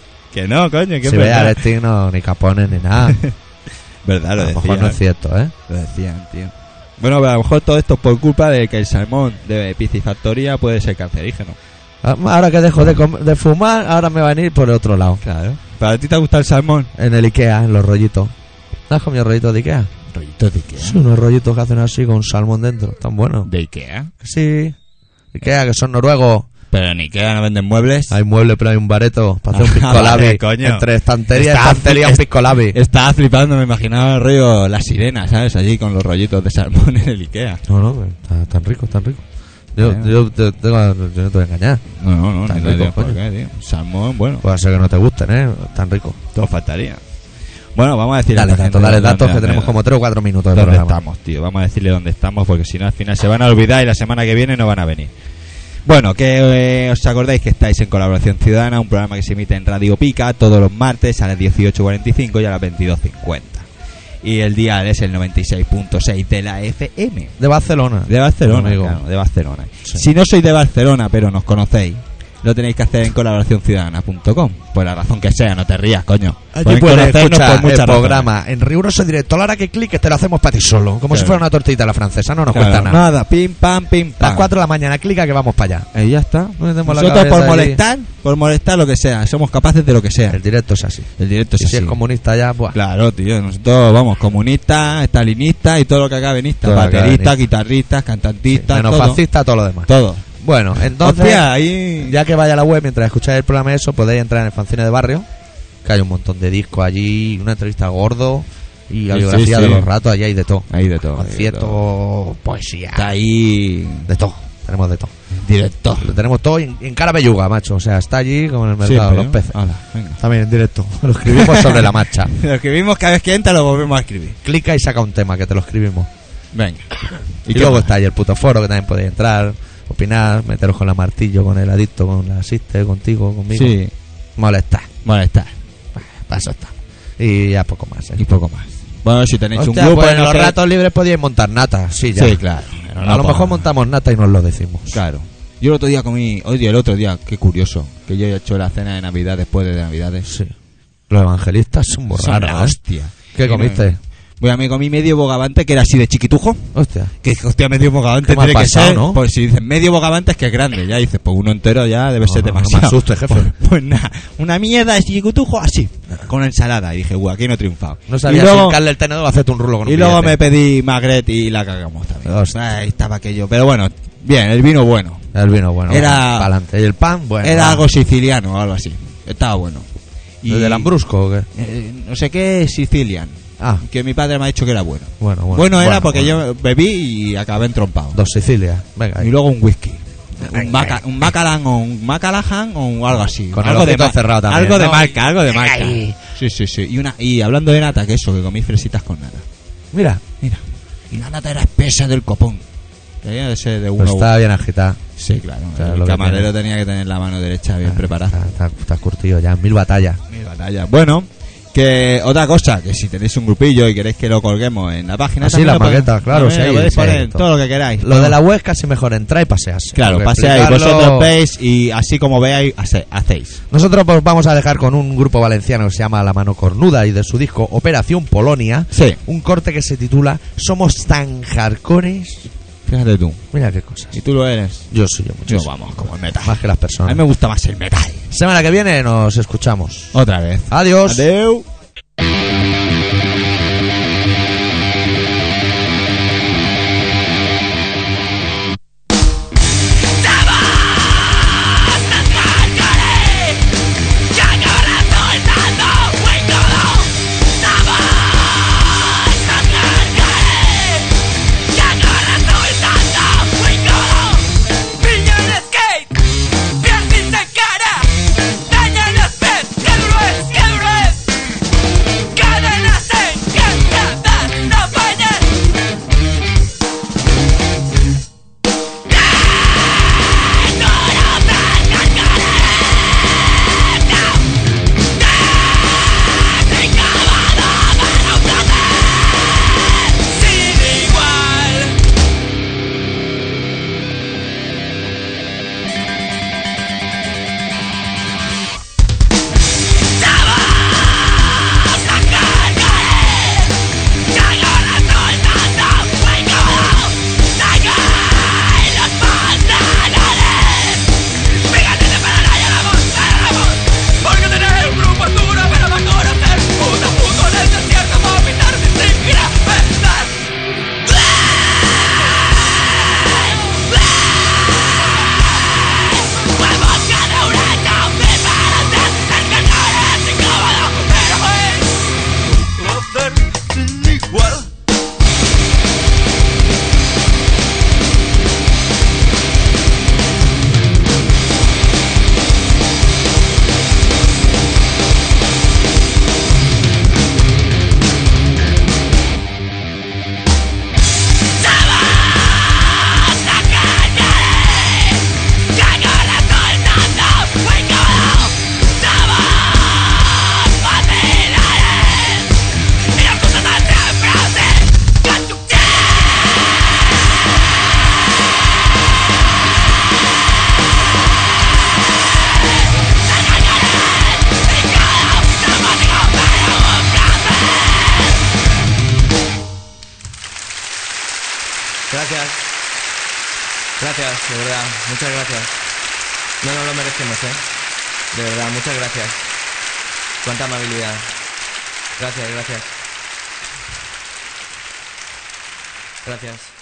Speaker 1: que no, coño, que
Speaker 2: si
Speaker 1: es
Speaker 2: veas
Speaker 1: verdad.
Speaker 2: al Sting, no, ni capones ni nada.
Speaker 1: verdad,
Speaker 2: a
Speaker 1: lo
Speaker 2: lo
Speaker 1: decían.
Speaker 2: mejor no es cierto, ¿eh?
Speaker 1: Lo decían, tío. Bueno, pero a lo mejor todo esto es por culpa de que el salmón de piscifactoría puede ser cancerígeno.
Speaker 2: Ah, Ahora que dejo de, com- de fumar, ahora me van a ir por el otro lado.
Speaker 1: Claro. ¿Para ti te gusta el salmón?
Speaker 2: En el Ikea, en los rollitos. ¿No has comido rollitos de Ikea?
Speaker 1: Rollitos de Ikea.
Speaker 2: Son unos rollitos que hacen así con salmón dentro. Están buenos.
Speaker 1: ¿De Ikea?
Speaker 2: Sí. Ikea, que son noruegos.
Speaker 1: Pero en Ikea no venden muebles.
Speaker 2: Hay mueble, pero hay un bareto para hacer un
Speaker 1: Ah, vale,
Speaker 2: piscolabi.
Speaker 1: coño.
Speaker 2: Entre estantería y
Speaker 1: Está-
Speaker 2: estantería, un
Speaker 1: es-
Speaker 2: piscolabi.
Speaker 1: Estaba flipando, me imaginaba el rollo La Sirena, ¿sabes? Allí con los rollitos de salmón en el Ikea.
Speaker 2: No, no, está tan rico, tan rico. Yo,
Speaker 1: Bueno.
Speaker 2: yo, te- tengo- yo no te voy a engañar.
Speaker 1: No, no, no,
Speaker 2: Tan
Speaker 1: ni te
Speaker 2: rico,
Speaker 1: digo por
Speaker 2: coño.
Speaker 1: qué, tío. Salmón, bueno,
Speaker 2: Puede ser que no te gusten, ¿eh? Tan rico.
Speaker 1: todo faltaría. Bueno, vamos a decirle
Speaker 2: Dale
Speaker 1: a la
Speaker 2: datos,
Speaker 1: gente
Speaker 2: dale
Speaker 1: dónde-
Speaker 2: datos, que
Speaker 1: dónde-
Speaker 2: tenemos como 3 o 4 minutos
Speaker 1: dónde
Speaker 2: de programa.
Speaker 1: estamos, tío. Vamos a decirle dónde estamos porque si no al final se van a olvidar y la semana que viene no van a venir. Bueno, que eh, os acordáis que estáis en Colaboración Ciudadana, un programa que se emite en Radio Pica todos los martes a las 18.45 y a las 22.50. Y el dial es el 96.6 de la FM.
Speaker 2: De Barcelona.
Speaker 1: De Barcelona,
Speaker 2: Amigo.
Speaker 1: claro, de Barcelona.
Speaker 2: Sí.
Speaker 1: Si no sois de Barcelona, pero nos conocéis, lo tenéis que hacer en colaboracionciudadana.com. Por la razón que sea, no te rías, coño.
Speaker 2: Allí
Speaker 1: Pueden
Speaker 2: puedes
Speaker 1: conocernos
Speaker 2: escuchar el
Speaker 1: razones.
Speaker 2: programa en riguroso directo. A la hora que cliques te lo hacemos para ti solo. Como si
Speaker 1: Claro.
Speaker 2: fuera una tortita a la francesa. No nos
Speaker 1: Claro,
Speaker 2: cuesta nada.
Speaker 1: pim, pam, pim,
Speaker 2: Las
Speaker 1: pam.
Speaker 2: 4 de la mañana, clica que vamos para allá.
Speaker 1: Y ya está.
Speaker 2: No metemos la
Speaker 1: Nosotros
Speaker 2: cabeza
Speaker 1: por
Speaker 2: ahí.
Speaker 1: molestar, por molestar lo que sea, somos capaces de lo que sea.
Speaker 2: El directo es así.
Speaker 1: El directo es
Speaker 2: Y si
Speaker 1: así.
Speaker 2: es comunista ya, buah.
Speaker 1: Claro, tío, nosotros vamos, comunistas, estalinistas y todo lo que acabe en
Speaker 2: Todo lo que
Speaker 1: Bateristas,
Speaker 2: acabe
Speaker 1: guitarristas, cantantistas,
Speaker 2: menos
Speaker 1: todo.
Speaker 2: fascista, todo lo demás.
Speaker 1: Todo.
Speaker 2: Bueno, entonces,
Speaker 1: Hostia, ahí...
Speaker 2: ya que vaya a la web mientras escucháis el programa eso, podéis entrar en el fanzine de barrio, que hay un montón de discos allí, una entrevista a gordo y la
Speaker 1: Sí,
Speaker 2: biografía
Speaker 1: sí,
Speaker 2: de
Speaker 1: sí.
Speaker 2: los ratos, allí hay de todo.
Speaker 1: Ahí de todo. ahí de todo.
Speaker 2: Conciertos, poesía,
Speaker 1: Está ahí
Speaker 2: de todo. Tenemos de todo.
Speaker 1: directo.
Speaker 2: Lo tenemos todo en, en cara belluga, macho. O sea, está allí como en el mercado,
Speaker 1: Siempre,
Speaker 2: los
Speaker 1: ¿no?
Speaker 2: peces.
Speaker 1: Hala, venga.
Speaker 2: También en directo. Lo escribimos sobre la marcha.
Speaker 1: Lo escribimos cada vez que entra, lo volvemos a escribir.
Speaker 2: Clica y saca un tema que te lo escribimos.
Speaker 1: Venga.
Speaker 2: Y,
Speaker 1: qué
Speaker 2: luego
Speaker 1: más?
Speaker 2: está ahí el puto foro que también podéis entrar, opinar, meteros con la martillo, con el adicto, con la asiste, contigo, conmigo.
Speaker 1: Sí,
Speaker 2: Molestar.
Speaker 1: molestar.
Speaker 2: Paso está. Y ya poco más. ¿eh?
Speaker 1: Y poco más. Bueno, si tenéis
Speaker 2: Hostia,
Speaker 1: un grupo
Speaker 2: pues
Speaker 1: en
Speaker 2: en
Speaker 1: el
Speaker 2: los
Speaker 1: que-
Speaker 2: ratos libres podíais montar nata. Sí, ya.
Speaker 1: Sí, claro. No, no
Speaker 2: a lo
Speaker 1: pasa
Speaker 2: mejor
Speaker 1: nada.
Speaker 2: montamos nata y nos lo decimos.
Speaker 1: Claro. Yo el otro día comí, oye, el otro día, qué curioso, que yo he hecho la cena de Navidad después de Navidades.
Speaker 2: Sí. Los evangelistas son muy
Speaker 1: Son
Speaker 2: raros.
Speaker 1: la
Speaker 2: ¿eh?
Speaker 1: hostia.
Speaker 2: ¿Qué
Speaker 1: Y no-
Speaker 2: comiste?
Speaker 1: Bueno, me comí medio bogavante que era así de chiquitujo.
Speaker 2: Hostia.
Speaker 1: Que dije, hostia, medio bogavante
Speaker 2: Qué mal
Speaker 1: tiene
Speaker 2: pasado,
Speaker 1: que ser.
Speaker 2: ¿no?
Speaker 1: Pues si dices medio bogavante es que es grande, ya dices, pues uno entero ya debe
Speaker 2: No,
Speaker 1: ser
Speaker 2: no, no me
Speaker 1: demasiado.
Speaker 2: asustes, jefe.
Speaker 1: Pues, pues nada, una mierda de chiquitujo así, con ensalada. Y dije, uy, aquí no he triunfado.
Speaker 2: No sabía
Speaker 1: y luego,
Speaker 2: sacarle el tenedor o hacerte un rulo con un
Speaker 1: y luego me
Speaker 2: billete.
Speaker 1: pedí magret y la cagamos también.
Speaker 2: Hostia.
Speaker 1: Ahí estaba aquello. Pero bueno, bien, el vino bueno.
Speaker 2: El vino, bueno.
Speaker 1: Era-
Speaker 2: bueno, pa'lante. Y el pan, bueno.
Speaker 1: Era
Speaker 2: va.
Speaker 1: algo siciliano o algo así. Estaba bueno. Y
Speaker 2: ¿El del Ambrusco o qué?
Speaker 1: eh, no sé qué sicilian.
Speaker 2: Ah,
Speaker 1: Que mi padre me ha dicho que era bueno.
Speaker 2: bueno, bueno.
Speaker 1: Bueno, era porque
Speaker 2: bueno.
Speaker 1: yo bebí y acabé entrompado.
Speaker 2: Dos Sicilias. Venga, ahí.
Speaker 1: Y luego un whisky.
Speaker 2: Ay,
Speaker 1: Un, maca- un macalán o un macalahan o algo así.
Speaker 2: Con el
Speaker 1: algo de
Speaker 2: ojito
Speaker 1: ma-
Speaker 2: cerrado también,
Speaker 1: Algo de
Speaker 2: ¿no?
Speaker 1: marca, algo de marca.
Speaker 2: Ay.
Speaker 1: Sí, sí, sí. Y, una, y hablando de nata, que eso, que comí fresitas con nata.
Speaker 2: Mira,
Speaker 1: Mira. Y la nata era espesa del copón. Tenía ese de
Speaker 2: pero
Speaker 1: uno. a uno.
Speaker 2: Pues está bien agitada.
Speaker 1: Sí, claro.
Speaker 2: Claro,
Speaker 1: el
Speaker 2: lo que Ah,
Speaker 1: camarero tenía que tener la mano derecha bien preparada.
Speaker 2: Está, está- está curtido ya, mil batallas.
Speaker 1: Mi batalla. Bueno, que otra cosa, que si tenéis un grupillo y queréis que lo colguemos en la página.
Speaker 2: Ah, sí,
Speaker 1: también
Speaker 2: las
Speaker 1: lo podéis-
Speaker 2: maquetas, claro,
Speaker 1: también
Speaker 2: sí,
Speaker 1: lo podéis
Speaker 2: sí,
Speaker 1: poner,
Speaker 2: todo.
Speaker 1: todo lo que queráis.
Speaker 2: Lo de la web casi mejor entrar y pasear.
Speaker 1: Claro, paseáis, vosotros veis y así como veáis, hace- hacéis.
Speaker 2: Nosotros os vamos a dejar con un grupo valenciano que se llama La Mano Cornuda y de su disco Operación Polonia,
Speaker 1: Sí,
Speaker 2: un corte que se titula Somos tan jarcones.
Speaker 1: fíjate tú.
Speaker 2: Mira qué cosas.
Speaker 1: Y tú lo eres.
Speaker 2: Yo soy yo mucho.
Speaker 1: Yo, vamos, como el metal.
Speaker 2: Más que las
Speaker 1: A mí me
Speaker 2: personas.
Speaker 1: gusta más el metal.
Speaker 2: Semana que viene nos escuchamos.
Speaker 1: Otra vez.
Speaker 2: Adiós.
Speaker 1: Adeu.
Speaker 4: Dañan los pies, que duro es, que duro es Gracias. Gracias, de verdad. Muchas gracias. No nos lo merecemos, ¿eh? De verdad, muchas gracias. Cuánta amabilidad. Gracias, gracias. Gracias.